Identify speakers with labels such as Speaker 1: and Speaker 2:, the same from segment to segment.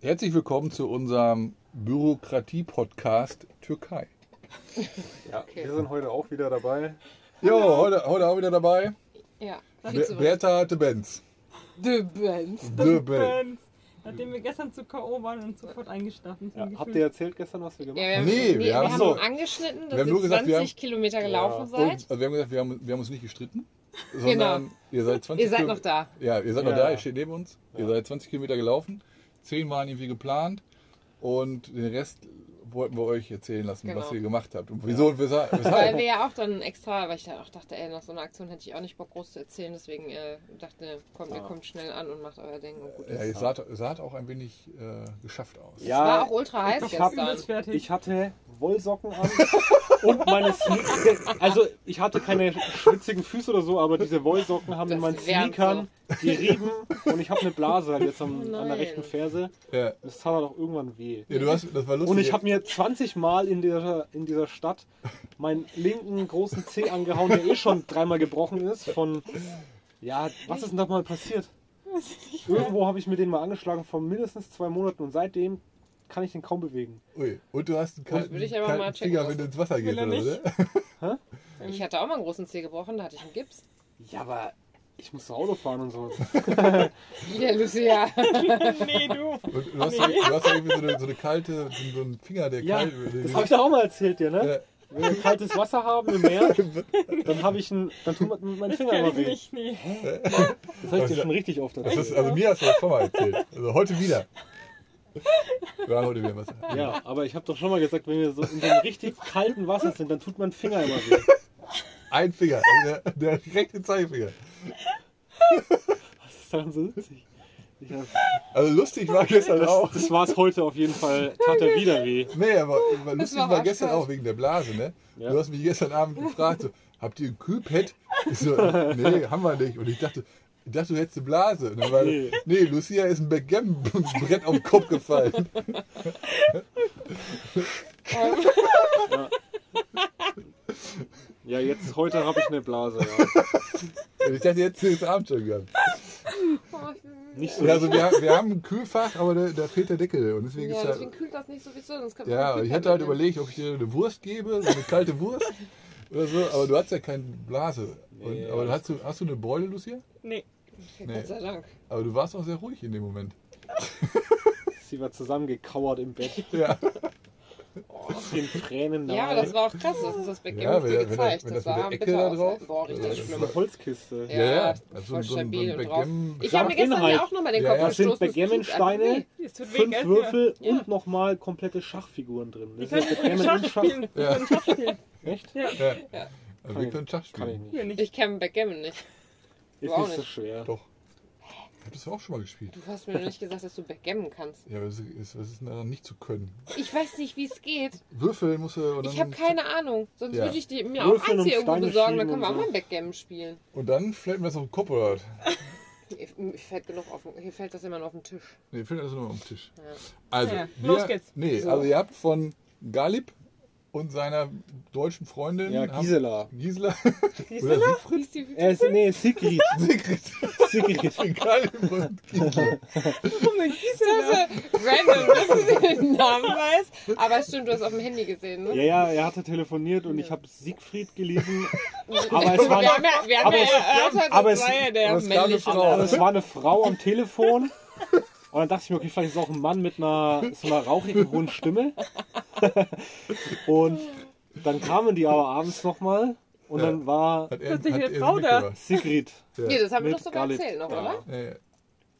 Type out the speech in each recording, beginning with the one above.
Speaker 1: Herzlich willkommen zu unserem Bürokratie-Podcast Türkei.
Speaker 2: Ja, wir sind heute auch wieder dabei.
Speaker 1: Jo, heute, heute auch wieder dabei.
Speaker 3: Ja, viel
Speaker 1: Be
Speaker 3: zu weit.
Speaker 1: Bertha de Benz.
Speaker 3: De Benz.
Speaker 1: De Benz.
Speaker 4: Nachdem wir gestern zu K.O. waren und sofort eingeschlafen
Speaker 2: Ja,
Speaker 4: sind.
Speaker 2: habt ihr erzählt gestern, was wir
Speaker 3: Ja,
Speaker 2: gemacht
Speaker 3: wir haben,
Speaker 1: Nee, wir
Speaker 3: wir
Speaker 1: haben
Speaker 3: haben
Speaker 1: so-
Speaker 3: angeschnitten,
Speaker 1: wir
Speaker 3: dass
Speaker 1: haben
Speaker 3: ihr
Speaker 1: nur gesagt,
Speaker 3: 20
Speaker 1: wir
Speaker 3: Kilometer gelaufen
Speaker 1: Und,
Speaker 3: seid.
Speaker 1: also wir haben gesagt, wir haben, wir haben uns nicht gestritten, sondern ihr seid 20
Speaker 3: Genau. Ihr seid
Speaker 1: Kilo-
Speaker 3: noch da.
Speaker 1: Ja, ihr seid noch
Speaker 2: Ja.
Speaker 1: da, ihr steht neben uns. Ihr seid 20 Kilometer gelaufen, 10 waren irgendwie geplant und den Rest wollten wir euch erzählen lassen, was
Speaker 3: Genau.
Speaker 1: ihr gemacht habt und wieso und weshalb.
Speaker 3: Weil
Speaker 1: weshalb.
Speaker 3: wir ja auch dann extra, weil ich dann auch dachte, ey, nach so einer Aktion hätte ich auch nicht Bock groß zu erzählen, deswegen äh, dachte, komm, ihr
Speaker 2: Ja.
Speaker 3: kommt schnell an und macht euer Ding. Und gut
Speaker 1: Ja,
Speaker 3: ist.
Speaker 1: ihr saht, saht auch ein wenig äh, geschafft aus.
Speaker 2: Ja.
Speaker 3: Es war auch ultra heiß
Speaker 2: ich hab-
Speaker 3: gestern.
Speaker 4: fertig.
Speaker 2: Ich hatte Wollsocken an und meine Sneaker. Also, ich hatte keine schwitzigen Füße oder so, aber diese Wollsocken haben in
Speaker 3: Das
Speaker 2: meinen
Speaker 3: wärmt
Speaker 2: Sneakern gerieben und ich habe eine Blase halt jetzt am, an
Speaker 3: Nein.
Speaker 2: der rechten Ferse.
Speaker 1: Ja.
Speaker 2: Das tat doch irgendwann weh.
Speaker 1: Ja, du hast, das war lustig.
Speaker 2: Und ich habe mir 20 Mal in dieser, in dieser Stadt meinen linken großen Zeh angehauen, der eh schon dreimal gebrochen ist. Von ja, was ist denn da mal passiert? Irgendwo habe ich mir den mal angeschlagen vor mindestens zwei Monaten und seitdem kann ich den kaum bewegen.
Speaker 1: Ui, und du hast einen kalten,
Speaker 3: würde ich aber
Speaker 1: kalten
Speaker 3: mal checken
Speaker 1: Finger,
Speaker 3: lassen.
Speaker 1: wenn du ins Wasser gehst,
Speaker 4: Will er
Speaker 1: oder?
Speaker 4: nicht?
Speaker 1: ne?
Speaker 3: Ich hatte auch mal einen großen Zeh gebrochen, da hatte ich einen Gips.
Speaker 2: Ja, aber ich muss doch Auto fahren und so.
Speaker 3: Ja, Lucia.
Speaker 4: nee, du.
Speaker 1: Und du hast, du hast irgendwie so eine, so eine kalte, so so einen Finger, der
Speaker 2: Ja,
Speaker 1: kalt
Speaker 2: das habe ich doch auch mal erzählt dir, ne? Wenn wir kaltes Wasser haben im Meer, dann habe ich einen, dann tut mir mein Finger immer
Speaker 4: Kann ich
Speaker 2: weh.
Speaker 4: nicht, nee.
Speaker 2: Das habe ich dir schon richtig oft
Speaker 1: Also, Das ist,
Speaker 2: erzählt.
Speaker 1: also mir hast du das schon mal erzählt. Also heute wieder. Wir waren heute wieder im Wasser.
Speaker 2: Ja, aber ich habe doch schon mal gesagt, wenn wir so in so einem richtig kalten Wasser sind, dann tut mein Finger immer weh.
Speaker 1: Ein Finger, also der, der rechte Zeigefinger.
Speaker 2: Das ist dann so witzig. Ich hab,
Speaker 1: Also lustig war gestern
Speaker 2: das
Speaker 1: auch.
Speaker 2: das war es heute auf jeden Fall. Tat er wieder weh.
Speaker 1: Nee, aber, aber lustig
Speaker 3: war
Speaker 1: war, gestern
Speaker 3: arschkalt.
Speaker 1: auch wegen der Blase, ne?
Speaker 2: Ja.
Speaker 1: Du hast mich gestern Abend gefragt, so, habt ihr ein Kühlpad? Ich so, nee, haben wir nicht. Und ich dachte, ich dachte, du hättest eine Blase. Und dann war, nee.
Speaker 2: Nee.
Speaker 1: Lucia ist ein Backgammon-Brett auf den Kopf gefallen.
Speaker 2: Ja, jetzt heute habe ich eine Blase. Ja.
Speaker 1: Und ich dachte, jetzt ist Abend schon gehabt.
Speaker 3: Oh,
Speaker 2: Nicht so.
Speaker 1: Ja, also wir, wir haben ein Kühlfach, aber da, da fehlt der Deckel. Und deswegen
Speaker 3: Ja,
Speaker 1: ist da,
Speaker 3: deswegen kühlt das nicht sowieso, sonst könnte
Speaker 1: Ja,
Speaker 3: man
Speaker 1: ich
Speaker 3: kühlen
Speaker 1: hatte halt
Speaker 3: können.
Speaker 1: überlegt, ob ich dir eine Wurst gebe, so eine kalte Wurst oder so, aber du hast ja keine Blase. Und,
Speaker 2: Nee,
Speaker 1: aber hast du, hast du eine Beule, Lucia?
Speaker 4: Nee.
Speaker 1: Nee.
Speaker 3: Gott sei Dank.
Speaker 1: Aber du warst auch sehr ruhig in dem Moment.
Speaker 2: Sie war zusammengekauert im Bett.
Speaker 1: Ja,
Speaker 2: Den Tränen
Speaker 3: Ja, aber das war auch krass, dass uns das Becken
Speaker 1: Ja, wenn
Speaker 3: früh
Speaker 1: da- wenn da-
Speaker 3: gezeigt.
Speaker 1: wenn
Speaker 3: das
Speaker 1: da so
Speaker 3: sah
Speaker 1: der Ecke
Speaker 3: bitter
Speaker 1: da
Speaker 3: aus.
Speaker 1: drauf-
Speaker 3: Boah, richtig
Speaker 1: Also,
Speaker 3: schlimm.
Speaker 2: eine Holzkiste.
Speaker 3: Ja,
Speaker 1: ja, also so
Speaker 3: voll
Speaker 1: ein- so ein
Speaker 3: stabil und drauf.
Speaker 1: Backgammon-
Speaker 3: Ich habe mir
Speaker 2: Ist auch
Speaker 3: gestern
Speaker 2: Inhalt.
Speaker 3: ja auch nochmal den
Speaker 1: Ja,
Speaker 3: Kopf
Speaker 1: ja.
Speaker 2: Das sind
Speaker 3: gestoßen. es tut einfach
Speaker 2: Backgammon-Steine,
Speaker 3: weh.
Speaker 4: Es tut weh,
Speaker 2: fünf
Speaker 4: gell?
Speaker 2: Würfel
Speaker 4: Ja.
Speaker 2: und nochmal komplette Schachfiguren drin.
Speaker 4: Ich
Speaker 2: Das
Speaker 4: kann
Speaker 2: ist Backgammon
Speaker 4: Schach
Speaker 2: und Schach.
Speaker 4: spielen.
Speaker 1: Ja.
Speaker 4: Ich kann Schach spielen.
Speaker 2: Echt?
Speaker 4: Ja,
Speaker 1: Ja.
Speaker 3: Ja.
Speaker 1: Also wir können Schach
Speaker 2: Kann ich
Speaker 1: spielen.
Speaker 2: nicht.
Speaker 4: wir nicht.
Speaker 3: Ich kenne Backgammon nicht.
Speaker 2: Ist
Speaker 3: Wow,
Speaker 2: nicht so
Speaker 3: nicht.
Speaker 2: schwer.
Speaker 1: Doch. Ich habe das doch auch schon mal gespielt.
Speaker 3: Du hast mir noch nicht gesagt, dass du Backgammon kannst.
Speaker 1: Ja, was ist, was ist denn daran nicht zu können?
Speaker 3: Ich weiß nicht, wie es geht.
Speaker 1: Würfeln musst du und dann,
Speaker 3: Ich habe keine Ahnung. Sonst
Speaker 1: Ja.
Speaker 3: würde ich dir, mir auch
Speaker 2: Würfeln
Speaker 3: eins
Speaker 2: und
Speaker 3: hier irgendwo
Speaker 2: Steine
Speaker 3: besorgen. Dann
Speaker 2: schieben
Speaker 3: können wir auch
Speaker 2: und so.
Speaker 3: mal Backgammon spielen.
Speaker 1: und dann fällt mir das auf den Kopf oder was?
Speaker 3: Mir fällt genug auf, den- hier fällt das immer noch auf den Tisch.
Speaker 1: Nee, fällt das nur auf den Tisch.
Speaker 3: Ja.
Speaker 1: Also,
Speaker 4: Ja,
Speaker 1: wir,
Speaker 4: los geht's.
Speaker 1: Nee, also ihr habt von Galib und seiner deutschen Freundin
Speaker 2: Ja,
Speaker 1: habt-
Speaker 2: Gisela.
Speaker 1: Gisela. Oder
Speaker 4: Gisela?
Speaker 1: Siegfried.
Speaker 3: Wie ist die-
Speaker 2: Äh, nee, Sigrid.
Speaker 1: Sigrid.
Speaker 2: Sigrid.
Speaker 1: Galib und Gisela.
Speaker 4: Warum denn Gisela?
Speaker 3: Das ist random, dass du den Namen weißt. Aber stimmt, du hast auf dem Handy gesehen, ne?
Speaker 2: Ja, ja, er hatte telefoniert und ich habe Siegfried gelesen. Aber es
Speaker 3: Wir
Speaker 2: war,
Speaker 3: haben ja, wir haben
Speaker 2: aber
Speaker 3: ja
Speaker 2: es-
Speaker 3: erörtert,
Speaker 2: aber
Speaker 3: das
Speaker 2: es-
Speaker 3: war ja der
Speaker 1: aber es kam eine
Speaker 3: männliche
Speaker 1: Frau.
Speaker 2: aber
Speaker 3: Name.
Speaker 2: es war eine Frau am Telefon. Und dann dachte ich mir, okay, vielleicht ist es auch ein Mann mit einer, so einer rauchigen, hohen Stimme. Und dann kamen die aber abends nochmal und dann war
Speaker 1: Hat er,
Speaker 4: Plötzlich
Speaker 1: hat
Speaker 4: eine
Speaker 1: er
Speaker 4: Frau
Speaker 1: sie
Speaker 4: da.
Speaker 1: mitgebracht.
Speaker 2: Sigrid.
Speaker 3: Nee, das haben wir
Speaker 2: Mit
Speaker 3: doch sogar
Speaker 2: Galit.
Speaker 3: erzählt noch, oder?
Speaker 1: Ja, ja.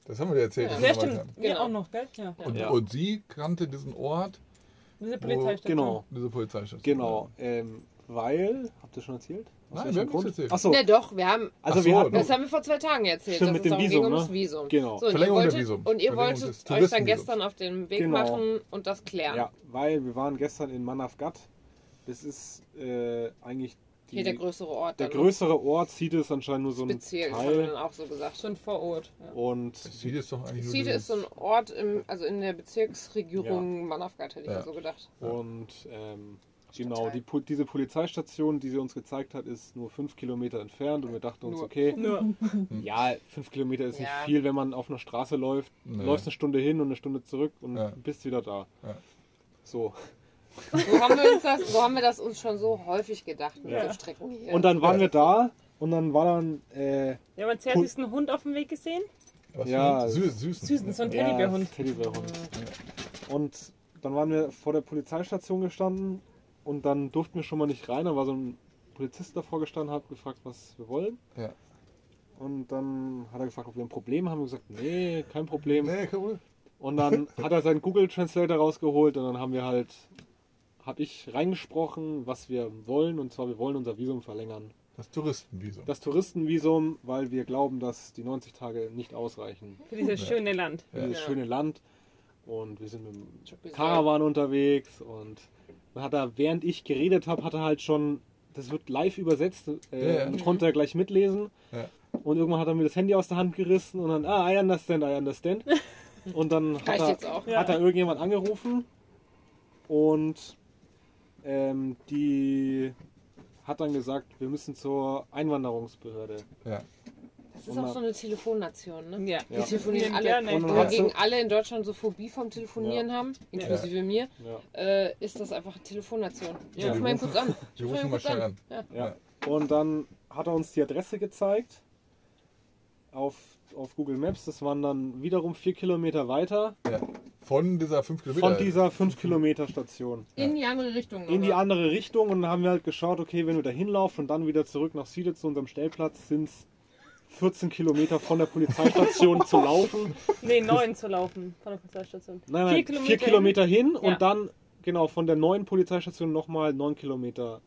Speaker 1: Das haben wir dir erzählt. dass wir
Speaker 4: Ja,
Speaker 1: dabei
Speaker 4: stimmt.
Speaker 1: waren.
Speaker 4: Wir
Speaker 3: Genau.
Speaker 4: auch noch, gell? Ja.
Speaker 1: Und,
Speaker 2: Ja.
Speaker 1: und sie kannte diesen Ort,
Speaker 4: Wir sind ne? Polizeistation.
Speaker 2: Genau,
Speaker 1: diese Polizeistation.
Speaker 2: genau. Ähm, weil, habt ihr schon erzählt?
Speaker 1: Nein,
Speaker 2: welchem
Speaker 1: wir haben nichts
Speaker 2: Grund?
Speaker 1: erzählt.
Speaker 2: Ach so,
Speaker 3: Na Ne, doch, wir haben
Speaker 2: also
Speaker 1: Ach
Speaker 2: wir
Speaker 1: so,
Speaker 2: hatten,
Speaker 1: doch.
Speaker 3: Das haben wir vor zwei Tagen erzählt,
Speaker 2: Stimmt, mit
Speaker 3: es
Speaker 2: dem
Speaker 3: darum
Speaker 2: Visum,
Speaker 3: ging ums
Speaker 2: ne?
Speaker 3: Visum.
Speaker 2: Genau.
Speaker 3: So, und ihr
Speaker 1: Verlängerung der
Speaker 3: wolltet,
Speaker 1: Visum.
Speaker 3: Und ihr
Speaker 1: Verlängerung
Speaker 3: wolltet
Speaker 1: des
Speaker 3: euch dann
Speaker 1: Touristenvisums.
Speaker 3: gestern auf den Weg
Speaker 2: Genau.
Speaker 3: machen und das klären.
Speaker 2: ja, weil wir waren gestern in Manavgat. Das ist äh, eigentlich die,
Speaker 3: Hier der größere Ort.
Speaker 2: Der
Speaker 3: dann.
Speaker 2: größere Ort sieht es anscheinend nur so ein
Speaker 3: Bezirk, haben wir dann
Speaker 2: Teil.
Speaker 3: auch so gesagt.
Speaker 4: Schon vor Ort. Ja.
Speaker 2: Und
Speaker 1: Sie ist doch eigentlich nur
Speaker 3: Siede
Speaker 1: dieses-
Speaker 3: ist so ein Ort, im, also in der Bezirksregierung Manavgat, hätte ich
Speaker 1: Ja.
Speaker 3: ja. so gedacht.
Speaker 2: und ähm, Genau,
Speaker 3: Total.
Speaker 2: die, Po- diese Polizeistation, die sie uns gezeigt hat, ist nur fünf Kilometer entfernt und wir dachten uns,
Speaker 3: Nur. Hm.
Speaker 2: okay,
Speaker 4: Nur.
Speaker 2: ja, fünf Kilometer ist nicht
Speaker 3: Ja.
Speaker 2: viel, wenn man auf einer Straße läuft.
Speaker 1: Nee.
Speaker 2: Läufst eine Stunde hin und eine Stunde zurück und
Speaker 1: Ja.
Speaker 2: bist wieder da.
Speaker 1: Ja.
Speaker 2: So.
Speaker 3: So haben, wir uns das, so haben wir das uns schon so häufig gedacht mit
Speaker 4: Ja.
Speaker 3: so Strecken hier.
Speaker 2: Und dann waren wir da und dann war dann, äh,
Speaker 4: Ja, man zuerst ist ein Hund auf dem Weg gesehen.
Speaker 1: Was
Speaker 2: Ja.
Speaker 1: für Süß, süßen.
Speaker 4: Süßen, so ein
Speaker 2: ja,
Speaker 4: Teddybärhund.
Speaker 2: Teddybärhund. Und dann waren wir vor der Polizeistation gestanden und dann durften wir schon mal nicht rein. Da war so ein Polizist davor gestanden, hat gefragt, was wir wollen.
Speaker 1: Ja.
Speaker 2: Und dann hat er gefragt, ob wir ein Problem haben. Wir gesagt, nee, kein Problem.
Speaker 1: Nee, kein Problem.
Speaker 2: Und dann hat er seinen Google Translator rausgeholt und dann haben wir halt, habe ich reingesprochen, was wir wollen. Und zwar, wir wollen unser Visum verlängern.
Speaker 1: Das Touristenvisum.
Speaker 2: Das Touristenvisum, weil wir glauben, dass die 90 Tage nicht ausreichen
Speaker 4: Für dieses schöne Land.
Speaker 2: für dieses
Speaker 3: Ja.
Speaker 2: schöne Land. Und wir sind mit dem
Speaker 3: Ich hab gesagt,
Speaker 2: Caravan unterwegs und dann hat er, während ich geredet habe, hat er halt schon, das wird live übersetzt äh,
Speaker 1: Ja, ja.
Speaker 2: und konnte er gleich mitlesen.
Speaker 1: Ja.
Speaker 2: Und irgendwann hat er mir das Handy aus der Hand gerissen und dann, ah, I understand, I understand. Und dann hat
Speaker 3: Reicht
Speaker 2: er,
Speaker 3: jetzt auch.
Speaker 2: hat er irgendjemand angerufen und ähm, die hat dann gesagt, wir müssen zur Einwanderungsbehörde.
Speaker 1: Ja.
Speaker 3: Das ist auch so eine Telefonnation, ne?
Speaker 4: Ja.
Speaker 3: Die
Speaker 2: Ja.
Speaker 3: telefonieren
Speaker 4: Nehmen
Speaker 3: alle.
Speaker 4: gerne.
Speaker 2: Und
Speaker 3: Wo
Speaker 2: dann hat
Speaker 3: Wogegen
Speaker 2: sie-
Speaker 3: alle in Deutschland so Phobie vom Telefonieren haben, inklusive mir,
Speaker 2: Ja.
Speaker 3: äh, ist das einfach eine Telefonnation. Ich
Speaker 2: Ja,
Speaker 3: ruf
Speaker 1: die
Speaker 3: mal eben kurz an.
Speaker 1: Die
Speaker 3: Ich ruf
Speaker 1: rufen mal
Speaker 3: mal kurz
Speaker 1: schnell
Speaker 3: an.
Speaker 1: an.
Speaker 3: Ja.
Speaker 2: Ja. Und dann hat er uns die Adresse gezeigt auf, auf Google Maps. Das waren dann wiederum vier Kilometer weiter
Speaker 1: Ja. Von dieser 5 Kilometer.
Speaker 2: von dieser 5-Kilometer-Station.
Speaker 3: In die andere Richtung.
Speaker 2: In die
Speaker 3: oder?
Speaker 2: andere Richtung und dann haben wir halt geschaut, okay, wenn wir da hinlaufen und dann wieder zurück nach Siede zu unserem Stellplatz, sind es 14 Kilometer von der Polizeistation zu laufen.
Speaker 4: Nee, neun zu laufen von der Polizeistation.
Speaker 2: Nein, nein, vier Kilometer, hin, und
Speaker 4: Ja.
Speaker 2: dann, genau, von der neuen Polizeistation nochmal 9 Kilometer
Speaker 4: hin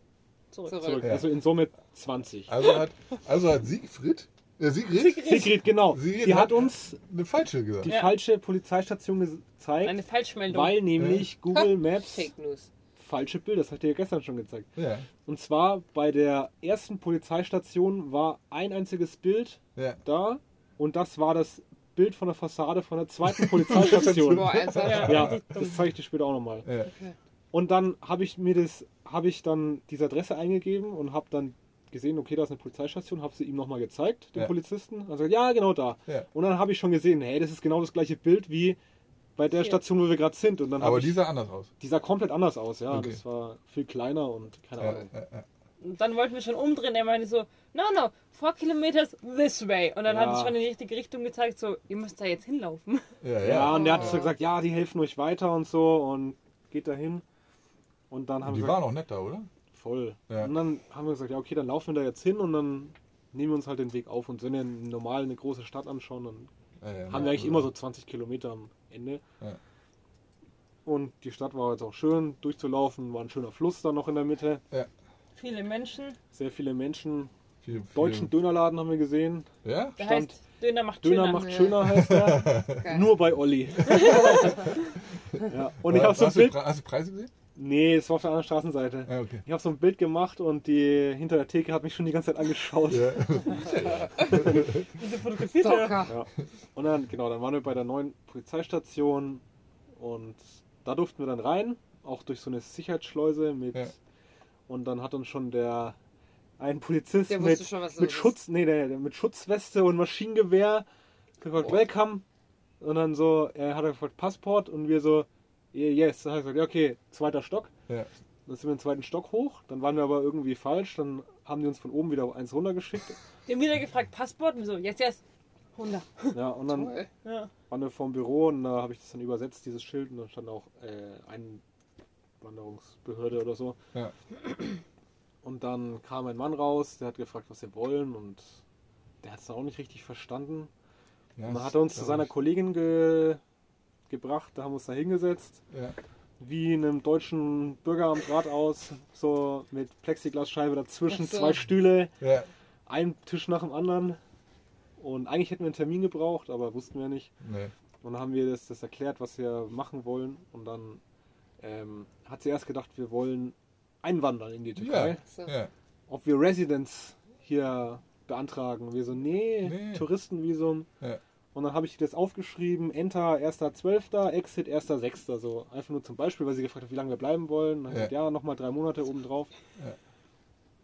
Speaker 4: zurück.
Speaker 3: Zurück.
Speaker 2: zurück.
Speaker 1: Ja.
Speaker 2: Also in Summe 20.
Speaker 1: Also hat, also hat Siegfried, äh, Sigrid,
Speaker 2: Sigrid, genau.
Speaker 1: Sigrid
Speaker 2: die
Speaker 1: hat-
Speaker 2: hat uns
Speaker 1: eine falsche gesagt.
Speaker 2: die
Speaker 4: Ja.
Speaker 2: falsche Polizeistation gezeigt,
Speaker 4: Eine Falschmeldung.
Speaker 2: weil nämlich Google Maps
Speaker 3: Fake News.
Speaker 2: falsche Bilder, das hat ihr gestern schon gezeigt.
Speaker 1: Ja.
Speaker 2: Und zwar bei der ersten Polizeistation war ein einziges Bild
Speaker 1: Ja.
Speaker 2: da und das war das Bild von der Fassade von der zweiten Polizeistation.
Speaker 3: Boah, ernsthaft.
Speaker 4: Ja.
Speaker 2: ja, das zeige ich dir später auch nochmal.
Speaker 1: Ja.
Speaker 2: Und dann habe ich mir das, habe ich dann diese Adresse eingegeben und habe dann gesehen, okay, da ist eine Polizeistation, habe sie ihm nochmal gezeigt, dem
Speaker 1: Ja.
Speaker 2: Polizisten. Also ja, genau da.
Speaker 1: Ja.
Speaker 2: Und dann habe ich schon gesehen, hey, das ist genau das gleiche Bild wie bei der Station, wo wir gerade sind. Und dann
Speaker 1: Aber
Speaker 2: habe ich,
Speaker 1: die sah anders aus.
Speaker 2: die sah komplett anders aus, ja.
Speaker 1: Okay.
Speaker 2: Das war viel kleiner und keine
Speaker 1: Ja,
Speaker 2: Ahnung.
Speaker 1: ja, ja.
Speaker 4: Und dann wollten wir schon umdrehen. Er meinte so, no, no, four kilometers this way. Und dann
Speaker 2: Ja.
Speaker 4: hat es schon in die richtige Richtung gezeigt, so, ihr müsst da jetzt hinlaufen.
Speaker 1: Ja,
Speaker 2: Ja,
Speaker 1: ja.
Speaker 2: und der hat so gesagt, ja, die helfen euch weiter und so und geht dahin. Und dann haben
Speaker 1: Die
Speaker 2: wir
Speaker 1: waren
Speaker 2: gesagt,
Speaker 1: auch netter, oder?
Speaker 2: voll.
Speaker 1: Ja.
Speaker 2: Und dann haben wir gesagt, ja, okay, dann laufen wir da jetzt hin und dann nehmen wir uns halt den Weg auf. Und wenn wir normal eine große Stadt anschauen, dann
Speaker 1: Ja, ja,
Speaker 2: haben wir eigentlich immer so 20 Kilometer am Ende.
Speaker 1: Ja.
Speaker 2: Und die Stadt war jetzt auch schön durchzulaufen, war ein schöner Fluss da noch in der Mitte.
Speaker 4: Viele Menschen.
Speaker 2: Sehr viele Menschen.
Speaker 1: Viel- viel-
Speaker 2: Deutschen Dönerladen haben wir gesehen.
Speaker 1: Ja?
Speaker 4: Der
Speaker 2: Stand-
Speaker 4: heißt, Döner macht
Speaker 2: Döner
Speaker 4: Döner.
Speaker 2: macht
Speaker 3: ja.
Speaker 2: schöner heißt er.
Speaker 3: Geil.
Speaker 2: Nur bei Olli. ja. Und ich habe
Speaker 1: hast,
Speaker 2: so ein
Speaker 1: du,
Speaker 2: Bild.
Speaker 1: Pre- hast du Preise gesehen?
Speaker 2: Nee, es war auf der anderen Straßenseite.
Speaker 1: Ja, okay.
Speaker 2: Ich habe so ein Bild gemacht und die hinter der Theke hat mich schon die ganze Zeit angeschaut.
Speaker 1: Ja.
Speaker 4: Diese fotografierte.
Speaker 3: Zocker.
Speaker 2: Ja. Und dann, genau, dann waren wir bei der neuen Polizeistation und da durften wir dann rein, auch durch so eine Sicherheitsschleuse mit.
Speaker 1: Ja.
Speaker 2: Und dann hat uns schon der ein Polizist
Speaker 3: Der wusste
Speaker 2: mit,
Speaker 3: schon, was los
Speaker 2: mit
Speaker 3: ist.
Speaker 2: Schutz, nee, der, der mit Schutzweste und Maschinengewehr gefragt, welcome. Und dann so, er hat halt gefragt, Passport und wir so, "Yeah, yes. Dann hat er gesagt, ja, okay, zweiter Stock.
Speaker 1: Ja.
Speaker 2: Dann sind wir in den zweiten Stock hoch, dann waren wir aber irgendwie falsch, dann haben die uns von oben wieder eins runtergeschickt.
Speaker 4: Die haben wieder gefragt, Passport? Und wir so, yes, yes. 100.
Speaker 2: Ja, und dann
Speaker 3: Toll.
Speaker 4: Ja.
Speaker 2: waren wir vom Büro und da habe ich das dann übersetzt, dieses Schild, und dann stand auch äh, Einwanderungsbehörde oder so.
Speaker 1: Ja.
Speaker 2: Und dann kam ein Mann raus, der hat gefragt, was wir wollen und der hat es dann auch nicht richtig verstanden.
Speaker 1: Ja,
Speaker 2: Und dann
Speaker 1: das
Speaker 2: hat er uns zu
Speaker 1: glaub
Speaker 2: seiner
Speaker 1: ich.
Speaker 2: Kollegin ge gebracht, da haben wir uns da hingesetzt,
Speaker 1: Ja.
Speaker 2: wie in einem deutschen Bürgeramt aus, so mit Plexiglasscheibe dazwischen,
Speaker 3: Ach so.
Speaker 2: zwei Stühle,
Speaker 1: Ja.
Speaker 2: ein Tisch nach dem anderen. Und eigentlich hätten wir einen Termin gebraucht, aber wussten wir nicht.
Speaker 1: Nee.
Speaker 2: Und dann haben wir das, das erklärt, was wir machen wollen. Und dann ähm, hat sie erst gedacht, wir wollen einwandern in die
Speaker 1: Ja.
Speaker 2: Türkei.
Speaker 3: So.
Speaker 1: ja.
Speaker 2: Ob wir Residence hier beantragen. Und wir so, nee,
Speaker 1: Nee.
Speaker 2: Touristenvisum.
Speaker 1: Ja.
Speaker 2: Und dann habe ich das aufgeschrieben, Enter 1.12., Exit 1.6. So einfach nur zum Beispiel, weil sie gefragt hat, wie lange wir bleiben wollen. Und dann
Speaker 1: Ja.
Speaker 2: ja, ja nochmal drei Monate obendrauf.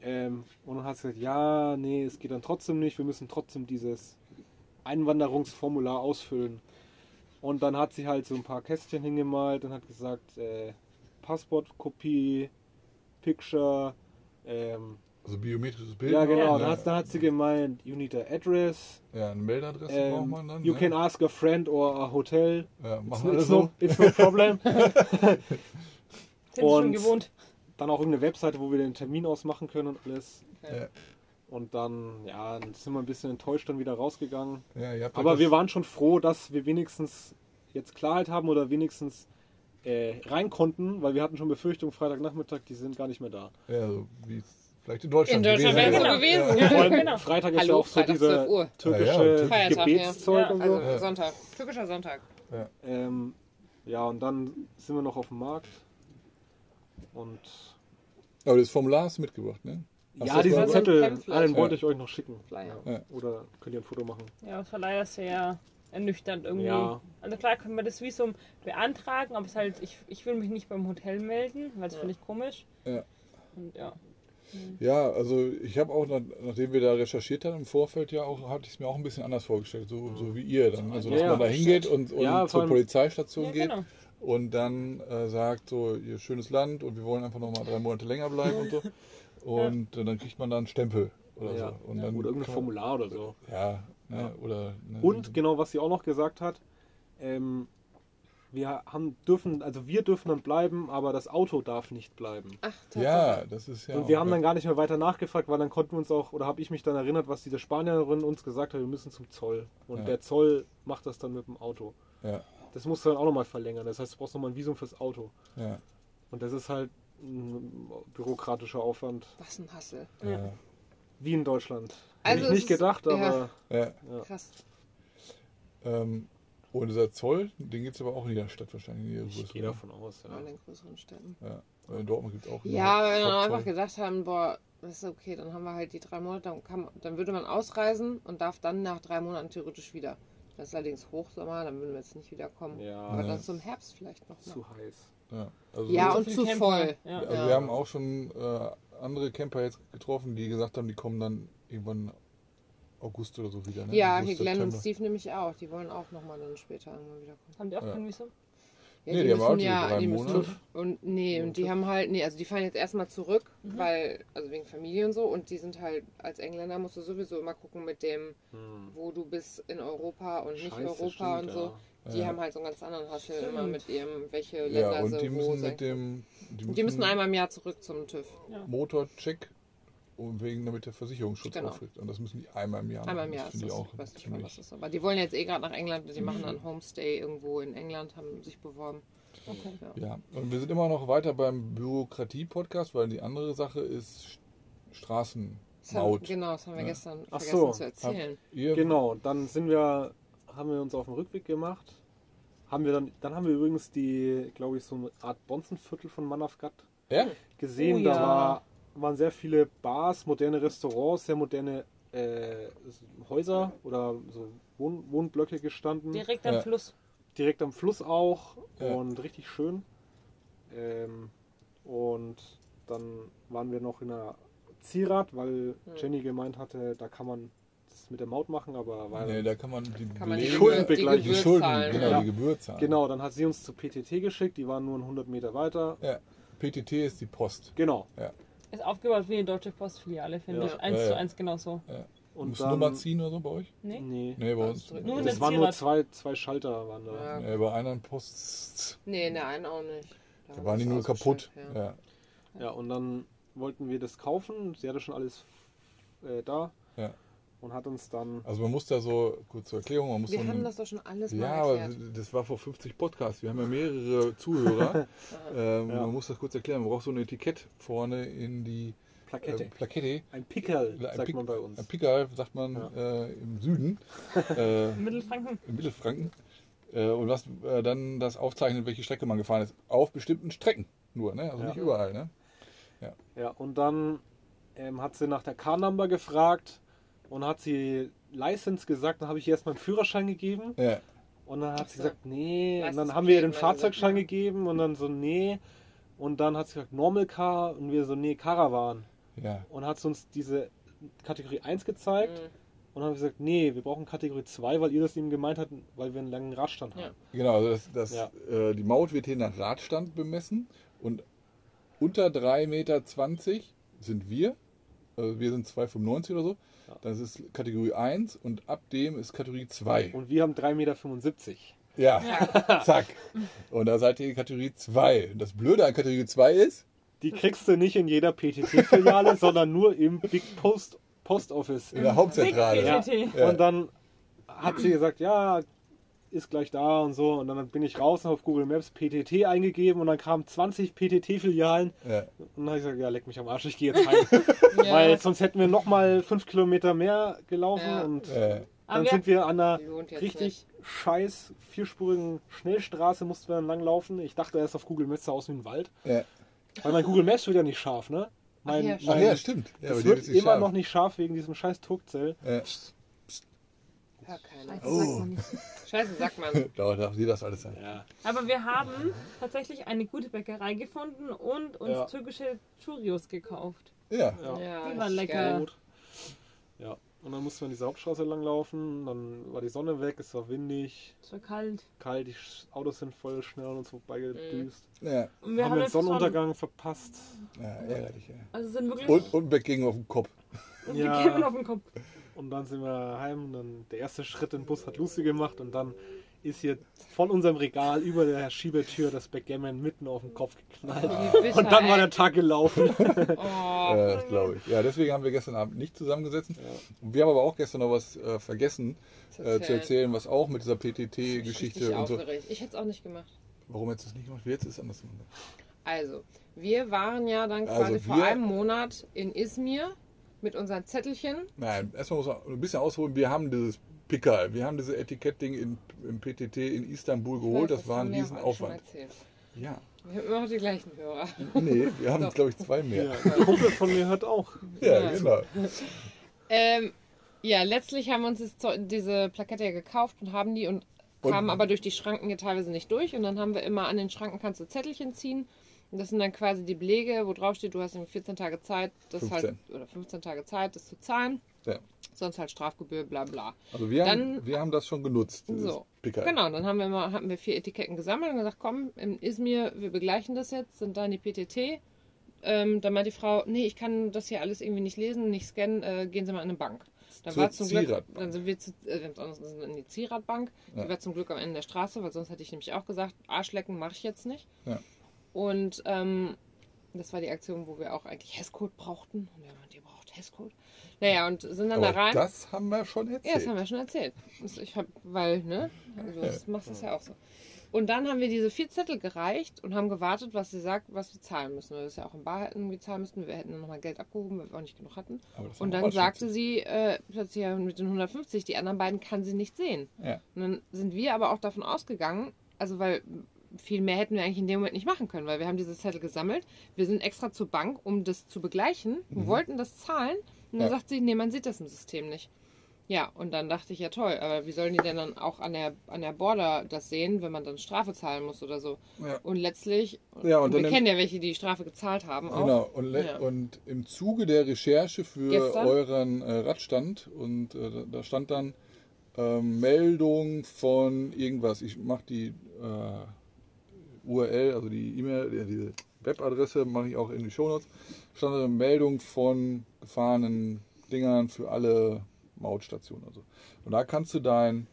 Speaker 2: Ähm, und dann hat sie gesagt, ja, nee, es geht dann trotzdem nicht, wir müssen trotzdem dieses Einwanderungsformular ausfüllen. Und dann hat sie halt so ein paar Kästchen hingemalt und hat gesagt, äh, Passportkopie, Picture, ähm,
Speaker 1: Also biometrisches Bild.
Speaker 2: ja genau,
Speaker 1: ne?
Speaker 2: dann hat, dann hat sie gemeint, you need a address,
Speaker 1: ja, eine Mailadresse braucht
Speaker 2: ähm,
Speaker 1: man dann.
Speaker 2: you
Speaker 1: ne?
Speaker 2: can ask a friend or a hotel,
Speaker 1: ja,
Speaker 2: it's,
Speaker 1: machen alle
Speaker 2: it's,
Speaker 1: so.
Speaker 2: no, it's no problem.
Speaker 4: Sind sie schon
Speaker 2: Und-
Speaker 4: gewohnt.
Speaker 2: dann auch irgendeine Webseite, wo wir den Termin ausmachen können und alles.
Speaker 3: Okay.
Speaker 1: Ja.
Speaker 2: Und dann, ja, dann sind wir ein bisschen enttäuscht dann wieder rausgegangen.
Speaker 1: Ja, ihr habt ja
Speaker 2: Aber
Speaker 1: das-
Speaker 2: wir waren schon froh, dass wir wenigstens jetzt Klarheit haben oder wenigstens äh, rein konnten, weil wir hatten schon Befürchtung, Freitagnachmittag, die sind gar nicht mehr da.
Speaker 1: Ja, so wie es vielleicht in Deutschland
Speaker 3: In Deutschland wäre
Speaker 1: gewesen
Speaker 3: es so
Speaker 1: wäre.
Speaker 3: gewesen.
Speaker 2: Vor allem
Speaker 4: Genau.
Speaker 2: Freitag ist
Speaker 3: Hallo,
Speaker 2: ja auch so
Speaker 3: Freitag,
Speaker 2: dieser
Speaker 3: 12 Uhr.
Speaker 2: türkische
Speaker 1: Ja, ja,
Speaker 3: Feiertag, ja.
Speaker 2: Gebetszeug
Speaker 4: Ja,
Speaker 2: und so.
Speaker 3: Also
Speaker 1: Ja.
Speaker 3: Sonntag, türkischer Sonntag.
Speaker 2: ähm, ja, und dann sind wir noch auf dem Markt und
Speaker 1: Aber das Formular hast du mitgebracht, ne? Hast
Speaker 2: ja,
Speaker 1: du das
Speaker 2: diesen
Speaker 1: mal-
Speaker 3: Zettel-
Speaker 2: Zettel,
Speaker 3: Pamphlet.
Speaker 2: ah, den wollte
Speaker 1: Ja.
Speaker 2: ich euch noch schicken.
Speaker 3: Flyer.
Speaker 1: Ja.
Speaker 2: Oder könnt ihr ein Foto machen?
Speaker 4: Ja, das war leider sehr ernüchternd irgendwie.
Speaker 2: Ja.
Speaker 4: Also klar können wir das Visum beantragen, aber es ist halt, ich, ich will mich nicht beim Hotel melden, weil das
Speaker 3: Ja.
Speaker 4: finde ich komisch.
Speaker 1: Ja.
Speaker 4: Und ja.
Speaker 1: Ja, also ich habe auch, nach- nachdem wir da recherchiert haben, im Vorfeld ja auch, hatte ich es mir auch ein bisschen anders vorgestellt, so, so wie ihr dann. Also, dass
Speaker 2: Ja,
Speaker 1: man da
Speaker 2: ja.
Speaker 1: hingeht und, und
Speaker 2: Ja, vor
Speaker 1: zur
Speaker 2: allem-
Speaker 1: Polizeistation
Speaker 4: Ja,
Speaker 1: geht
Speaker 4: genau.
Speaker 1: und dann äh, sagt, so, ihr schönes Land und wir wollen einfach nochmal drei Monate länger bleiben und so. Und äh, dann kriegt man da einen Stempel oder
Speaker 2: Ja.
Speaker 1: so. Und dann
Speaker 2: Oder irgendein
Speaker 1: kann man-
Speaker 2: Formular oder so.
Speaker 1: Ja, ne, oder. Ne,
Speaker 2: Und genau, was sie auch noch gesagt hat, ähm, wir haben dürfen, also wir dürfen dann bleiben, aber das Auto darf nicht bleiben.
Speaker 3: Ach, Tatsache.
Speaker 1: Ja, das ist ja.
Speaker 2: und wir
Speaker 1: auch-
Speaker 2: haben dann gar nicht mehr weiter nachgefragt, weil dann konnten wir uns auch, oder habe ich mich dann erinnert, was diese Spanierin uns gesagt hat, wir müssen zum Zoll. Und
Speaker 1: Ja.
Speaker 2: der Zoll macht das dann mit dem Auto.
Speaker 1: Ja,
Speaker 2: Das musst du dann auch nochmal verlängern. Das heißt, du brauchst nochmal ein Visum fürs Auto.
Speaker 1: ja,
Speaker 2: Und das ist halt ein bürokratischer Aufwand.
Speaker 3: Was ein Hassel.
Speaker 1: ja.
Speaker 2: Wie in Deutschland.
Speaker 3: Also
Speaker 2: Hätte ich nicht
Speaker 3: es ist-
Speaker 2: gedacht,
Speaker 3: ja.
Speaker 2: aber
Speaker 1: ja.
Speaker 3: Krass.
Speaker 1: Ähm, und dieser Zoll, den gibt es aber auch in jeder Stadt wahrscheinlich. In jeder
Speaker 2: ich
Speaker 1: größeren,
Speaker 2: gehe
Speaker 1: ne?
Speaker 2: davon aus. Ja.
Speaker 3: In den größeren Städten.
Speaker 1: Ja. In Dortmund gibt es auch.
Speaker 3: Ja,
Speaker 1: einen
Speaker 3: weil wir dann
Speaker 1: Hauptzoll.
Speaker 3: einfach gedacht haben, boah, ist okay, dann haben wir halt die drei Monate, dann, kann, man- dann würde man ausreisen und darf dann nach drei Monaten theoretisch wieder. Das ist allerdings Hochsommer, dann würden wir jetzt nicht wiederkommen. Aber
Speaker 2: Ja,
Speaker 1: Ja.
Speaker 3: dann zum Herbst vielleicht noch. mal.
Speaker 2: zu heiß.
Speaker 1: Ja, also
Speaker 3: Ja,
Speaker 1: so-
Speaker 3: und
Speaker 4: Viel
Speaker 3: zu
Speaker 4: Camper.
Speaker 3: voll.
Speaker 4: Ja.
Speaker 1: also
Speaker 3: ja.
Speaker 1: wir haben auch schon äh, andere Camper jetzt getroffen, die gesagt haben, die kommen dann irgendwann August oder so wieder. Ne?
Speaker 3: Ja,
Speaker 1: August,
Speaker 3: hier Glenn und
Speaker 1: September.
Speaker 3: Steve nämlich auch. Die wollen auch nochmal dann später irgendwann wiederkommen.
Speaker 4: Haben die auch
Speaker 1: Ja.
Speaker 4: kein Visum?
Speaker 3: Ja,
Speaker 1: Nee,
Speaker 3: die,
Speaker 1: die haben
Speaker 3: müssen
Speaker 1: auch diese
Speaker 3: ja,
Speaker 1: drei
Speaker 3: die müssen
Speaker 1: Monate.
Speaker 3: und nee, und die haben halt, nee, also die fahren jetzt erstmal zurück,
Speaker 2: Mhm.
Speaker 3: weil, also wegen Familie und so, und die sind halt, als Engländer musst du sowieso immer gucken mit dem,
Speaker 2: Hm.
Speaker 3: wo du bist in Europa und nicht
Speaker 2: Scheiße,
Speaker 3: Europa
Speaker 2: stimmt,
Speaker 3: und so.
Speaker 2: ja.
Speaker 3: Die
Speaker 1: Ja.
Speaker 3: haben halt so einen ganz anderen Hassel immer mit ihrem, welche Länder
Speaker 1: Ja, und
Speaker 3: sie
Speaker 1: die
Speaker 3: wo
Speaker 1: müssen
Speaker 3: sind.
Speaker 1: mit dem. Die
Speaker 3: also die müssen einmal im Jahr zurück zum TÜV.
Speaker 1: Motorcheck. Und wegen, damit der Versicherungsschutz
Speaker 3: Genau.
Speaker 1: aufregt. Und das müssen die einmal im Jahr
Speaker 3: Einmal im
Speaker 1: machen.
Speaker 3: Jahr
Speaker 1: Das
Speaker 3: ist
Speaker 1: finde
Speaker 3: das.
Speaker 1: ich
Speaker 3: Ich
Speaker 1: auch
Speaker 3: weiß nicht mal, was
Speaker 1: ziemlich.
Speaker 3: das ist. Aber die wollen jetzt eh gerade nach England, die machen dann Homestay irgendwo in England, haben sich beworben.
Speaker 4: Okay.
Speaker 1: Ja, und wir sind immer noch weiter beim Bürokratie-Podcast, weil die andere Sache ist Sch-
Speaker 3: Das haben,
Speaker 1: Straßenmaut.
Speaker 3: genau, das haben wir
Speaker 1: Ja.
Speaker 3: gestern
Speaker 2: Ach
Speaker 3: vergessen
Speaker 2: so.
Speaker 3: zu erzählen.
Speaker 1: Ihr-
Speaker 2: Genau, dann sind wir, haben wir uns auf den Rückweg gemacht. Haben wir dann, dann haben wir übrigens die, glaube ich, so eine Art Bonzenviertel von Manavgat
Speaker 1: Ja?
Speaker 2: gesehen.
Speaker 4: Oh
Speaker 2: Da
Speaker 4: ja.
Speaker 2: war, waren sehr viele Bars, moderne Restaurants, sehr moderne äh, Häuser oder so Wohn Wohnblöcke gestanden.
Speaker 4: Direkt am
Speaker 1: Ja.
Speaker 4: Fluss.
Speaker 2: direkt am Fluss auch
Speaker 1: Ja.
Speaker 2: und richtig schön. Ähm, und dann waren wir noch in der Zierat, weil Jenny gemeint hatte, da kann man das mit der Maut machen, aber weil.
Speaker 1: Nee, da kann man die,
Speaker 3: Kann man die,
Speaker 1: Belege-
Speaker 2: Schulden
Speaker 3: Gebühr, die
Speaker 2: begleichen.
Speaker 1: die
Speaker 3: Gebühr
Speaker 1: Schulden,
Speaker 3: zahlen.
Speaker 1: genau,
Speaker 2: Ja.
Speaker 1: die Gebühr zahlen.
Speaker 2: Genau, dann hat sie uns zu PTT geschickt, die waren nur 100 Meter weiter.
Speaker 1: Ja. PTT ist die Post.
Speaker 2: Genau.
Speaker 4: Ist aufgebaut wie eine deutsche Postfiliale, finde
Speaker 2: Ja. Mhm.
Speaker 4: ich. Eins
Speaker 1: Ja, ja.
Speaker 4: zu eins genau genauso.
Speaker 2: Und
Speaker 1: Muss
Speaker 2: dann,
Speaker 1: Nummer ziehen oder so bei euch?
Speaker 4: Nee?
Speaker 2: Nee.
Speaker 1: Nee, bei uns.
Speaker 3: Nur
Speaker 1: Nur
Speaker 4: in
Speaker 2: Das
Speaker 4: der
Speaker 2: waren nur
Speaker 4: Zierat.
Speaker 2: zwei, zwei Schalter waren da.
Speaker 3: Ja.
Speaker 1: nee, bei anderen Posts
Speaker 3: Nee, in der einen auch nicht.
Speaker 1: da waren die nur kaputt.
Speaker 3: Ja.
Speaker 1: Ja.
Speaker 2: Ja, und dann wollten wir das kaufen. Sie hatte schon alles äh, da
Speaker 1: Ja.
Speaker 2: und hat uns dann.
Speaker 1: Also man muss da so, kurz zur Erklärung, man muss
Speaker 3: Wir
Speaker 1: so
Speaker 3: haben
Speaker 1: einen-
Speaker 3: das doch schon alles
Speaker 1: ja,
Speaker 3: mal
Speaker 1: aber
Speaker 3: erklärt.
Speaker 1: das war vor 50 Podcasts. Wir haben ja mehrere Zuhörer. ähm,
Speaker 2: Ja.
Speaker 1: Man muss das kurz erklären. Man braucht so ein Etikett vorne in die
Speaker 2: Plakette.
Speaker 1: Äh, Plakette.
Speaker 2: Ein Pickerl,
Speaker 1: Ein
Speaker 2: sagt
Speaker 1: Pick-
Speaker 2: man bei uns.
Speaker 1: Ein Pickerl sagt man
Speaker 2: Ja.
Speaker 1: äh, im Süden, äh,
Speaker 4: In Mittelfranken.
Speaker 1: in Mittelfranken. Äh, und was äh, dann das aufzeichnet, welche Strecke man gefahren ist. Auf bestimmten Strecken nur, ne? Also
Speaker 2: Ja.
Speaker 1: nicht überall, ne?
Speaker 2: Ja, und dann ähm, hat sie nach der Car-Number gefragt und hat sie License gesagt, dann habe ich ihr erstmal einen Führerschein gegeben
Speaker 1: Ja.
Speaker 2: und dann hat
Speaker 3: Ach
Speaker 2: sie
Speaker 3: so.
Speaker 2: gesagt, nee. Und
Speaker 3: License
Speaker 2: dann haben wir ihr
Speaker 3: gegeben,
Speaker 2: den
Speaker 3: also
Speaker 2: Fahrzeugschein
Speaker 3: ja.
Speaker 2: gegeben und dann so, nee. Und dann hat sie gesagt, Normal Car und wir so, nee, Caravan.
Speaker 1: Ja.
Speaker 2: Und hat sie uns diese Kategorie 1 gezeigt
Speaker 3: Mhm.
Speaker 2: und haben gesagt, nee, wir brauchen Kategorie 2, weil ihr das eben gemeint habt, weil wir einen langen Radstand
Speaker 3: Ja.
Speaker 2: haben.
Speaker 1: Genau, also das, das,
Speaker 2: Ja.
Speaker 1: äh, die Maut wird hier nach Radstand bemessen und unter 3,20 Meter sind wir. Also wir sind 2,95 oder so.
Speaker 2: Ja.
Speaker 1: Das ist Kategorie 1 und ab dem ist Kategorie 2.
Speaker 2: Und wir haben 3,75 Meter.
Speaker 1: Ja, zack. Und da seid ihr in Kategorie 2. Das Blöde an Kategorie 2 ist,
Speaker 2: Die kriegst du nicht in jeder PTT-Filiale, sondern nur im Big Post, Post Office.
Speaker 1: in der Hauptzentrale.
Speaker 4: Dick
Speaker 2: Mhm. Ja.
Speaker 4: PTT.
Speaker 1: Ja.
Speaker 2: Und dann hat sie gesagt, ja, ist gleich da und so. Und dann bin ich raus und auf Google Maps PTT eingegeben und dann kamen 20 PTT-Filialen.
Speaker 1: Ja.
Speaker 2: Und dann habe ich gesagt, ja, leck mich am Arsch, ich gehe jetzt heim. Weil sonst hätten wir nochmal 5 Kilometer mehr gelaufen.
Speaker 3: Ja.
Speaker 2: Und
Speaker 1: Äh,
Speaker 4: Aber
Speaker 2: dann
Speaker 4: wir,
Speaker 2: sind wir an einer
Speaker 3: Die wohnt jetzt
Speaker 2: richtig scheiß vierspurigen Schnellstraße, mussten wir dann langlaufen. Ich dachte erst auf Google Maps sah aus wie ein Wald.
Speaker 1: ja.
Speaker 2: Weil mein Google Maps wird ja nicht scharf, ne? Mein,
Speaker 3: ja, stimmt.
Speaker 1: Ach ja, stimmt. Ja, aber
Speaker 2: es
Speaker 1: die
Speaker 2: wird
Speaker 1: ist
Speaker 2: immer
Speaker 1: scharf. Äh,
Speaker 2: noch nicht scharf wegen diesem scheiß Tokzell.
Speaker 1: Ja.
Speaker 3: Hör keiner.
Speaker 5: Scheiße, sagt
Speaker 1: Oh.
Speaker 5: man nicht.
Speaker 3: Scheiße, sagt man.
Speaker 1: Da darf sie das alles sein.
Speaker 2: Ja.
Speaker 4: Oh. aber wir haben tatsächlich eine gute Bäckerei gefunden und uns
Speaker 2: Ja.
Speaker 4: türkische Churios gekauft.
Speaker 1: Ja.
Speaker 2: Ja.
Speaker 3: Ja,
Speaker 4: Die waren
Speaker 3: richtig
Speaker 4: lecker.
Speaker 3: geil.
Speaker 2: Rot. Ja. Und dann mussten wir an diese Hauptstraße langlaufen. Dann war die Sonne weg, es war windig,
Speaker 4: Es war kalt.
Speaker 2: kalt, die Sch- Autos sind voll schnell an uns vorbeigedüst.
Speaker 1: Ja,
Speaker 4: Und
Speaker 2: Mhm. Wir haben den
Speaker 4: jetzt so einen-
Speaker 2: Sonnenuntergang verpasst.
Speaker 1: ja ärgerlich. Ja.
Speaker 4: Also sind wirklich
Speaker 1: Und, und Beck ging auf den Kopf.
Speaker 4: und
Speaker 2: Ja.
Speaker 4: die Kämen auf den Kopf.
Speaker 2: Und dann sind wir heim. Dann der erste Schritt in den Bus hat Lucy gemacht und dann ist hier von unserem Regal über der Schiebetür das Backgammon mitten auf den Kopf geknallt.
Speaker 3: Wie bitter,
Speaker 2: Und dann war
Speaker 3: ey.
Speaker 2: der Tag gelaufen.
Speaker 3: Oh,
Speaker 1: Äh, das glaube ich. Ja, deswegen haben wir gestern Abend nicht zusammengesessen. Und Wir haben aber auch gestern noch was äh, vergessen
Speaker 3: zu
Speaker 1: äh, zu erzählen, was auch mit dieser PTT-Geschichte
Speaker 3: Richtig
Speaker 1: und so.
Speaker 3: aufgeregt. Ich hätte es auch nicht gemacht.
Speaker 1: Warum hättest du es nicht gemacht? Jetzt ist es andersrum.
Speaker 3: Also, wir waren ja dann quasi
Speaker 1: Also
Speaker 3: vor
Speaker 1: wir-
Speaker 3: einem Monat in Izmir mit unseren Zettelchen.
Speaker 1: Nein, erstmal muss man ein bisschen ausholen. Wir haben dieses Pickerl, wir haben dieses Etikettding in, im PTT in Istanbul geholt. Das war ein
Speaker 3: haben wir auch schon
Speaker 1: Riesenaufwand.
Speaker 3: erzählt.
Speaker 1: Ja.
Speaker 3: Wir haben immer noch die gleichen Hörer.
Speaker 1: Nee, wir haben,
Speaker 3: So.
Speaker 1: glaube ich, zwei
Speaker 2: Ja,
Speaker 1: mehr.
Speaker 2: ein Kumpel von mir hört auch.
Speaker 1: Ja,
Speaker 3: Ja.
Speaker 1: genau.
Speaker 3: Ähm, ja, letztlich haben wir uns das Zeug- diese Plakette ja gekauft und haben die und
Speaker 1: Und-
Speaker 3: kamen aber durch die Schranken ja teilweise nicht durch. Und dann haben wir immer an den Schranken kannst du Zettelchen ziehen. Und das sind dann quasi die Belege, wo drauf steht, du hast in 14 Tage Zeit, das
Speaker 1: 15.
Speaker 3: halt, oder 15 Tage Zeit, das zu zahlen.
Speaker 1: Ja.
Speaker 3: Sonst halt Strafgebühr, bla bla.
Speaker 1: Also wir haben,
Speaker 3: Dann-
Speaker 1: wir haben das schon genutzt, dieses
Speaker 3: So.
Speaker 1: Pickerl.
Speaker 3: Genau, dann haben wir mal, hatten wir vier Etiketten gesammelt und gesagt, komm, in Izmir, wir begleichen das jetzt, sind da in die PTT. Ähm, dann meinte die Frau, nee, ich kann das hier alles irgendwie nicht lesen, nicht scannen, äh, gehen Sie mal in eine Bank. Dann
Speaker 1: Zur
Speaker 3: war zum Glück,
Speaker 1: Zieradbank.
Speaker 3: dann sind wir, zu, äh, wir haben uns anders- in die Zieradbank,
Speaker 1: Ja.
Speaker 3: die war zum Glück am Ende der Straße, weil sonst hätte ich nämlich auch gesagt, Arschlecken mache ich jetzt nicht.
Speaker 1: Ja.
Speaker 3: Und ähm, das war die Aktion, wo wir auch eigentlich Hesscode brauchten. Und wir haben, ihr braucht Hesscode. Naja, und sind dann
Speaker 1: Aber
Speaker 3: da rein.
Speaker 1: das haben wir schon erzählt.
Speaker 3: Ja, das haben wir schon erzählt. Das- Ich hab, weil, ne? Also, das machst das ja auch so. Und dann haben wir diese vier Zettel gereicht und haben gewartet, was sie sagt, was wir zahlen müssen. Weil wir das ja auch in Bar hätten irgendwie zahlen müssen. Wir hätten dann nochmal Geld abgehoben, weil wir auch nicht genug hatten.
Speaker 1: Aber das haben wir
Speaker 3: Und dann
Speaker 1: auch schon
Speaker 3: sagte
Speaker 1: erzählt.
Speaker 3: sie äh, plötzlich ja, mit den 150, die anderen beiden kann sie nicht sehen.
Speaker 1: Ja.
Speaker 3: Und dann sind wir aber auch davon ausgegangen, also weil viel mehr hätten wir eigentlich in dem Moment nicht machen können, weil wir haben diese Zettel gesammelt. Wir sind extra zur Bank, um das zu begleichen,
Speaker 1: Mhm.
Speaker 3: wollten das zahlen. Und dann
Speaker 1: Ja.
Speaker 3: sagt sie, nee, man sieht das im System nicht. Ja, und dann dachte ich, ja toll, aber wie sollen die denn dann auch an der, an der Border das sehen, wenn man dann Strafe zahlen muss oder so?
Speaker 1: Ja.
Speaker 3: Und letztlich,
Speaker 1: Ja, und
Speaker 3: wir
Speaker 1: dann-
Speaker 3: kennen ja welche, die Strafe gezahlt haben auch.
Speaker 1: Genau, und, le-
Speaker 3: Ja.
Speaker 1: und im Zuge der Recherche für
Speaker 3: Gestern?
Speaker 1: euren äh, Radstand, und äh, da- da stand dann ähm, Meldung von irgendwas. Ich mache die äh, URL, also die E-Mail, äh, diese Webadresse mache ich auch in die Shownotes. Stand da eine Meldung von gefahrenen Dingern für alle Mautstationen. Also. Und da kannst du dein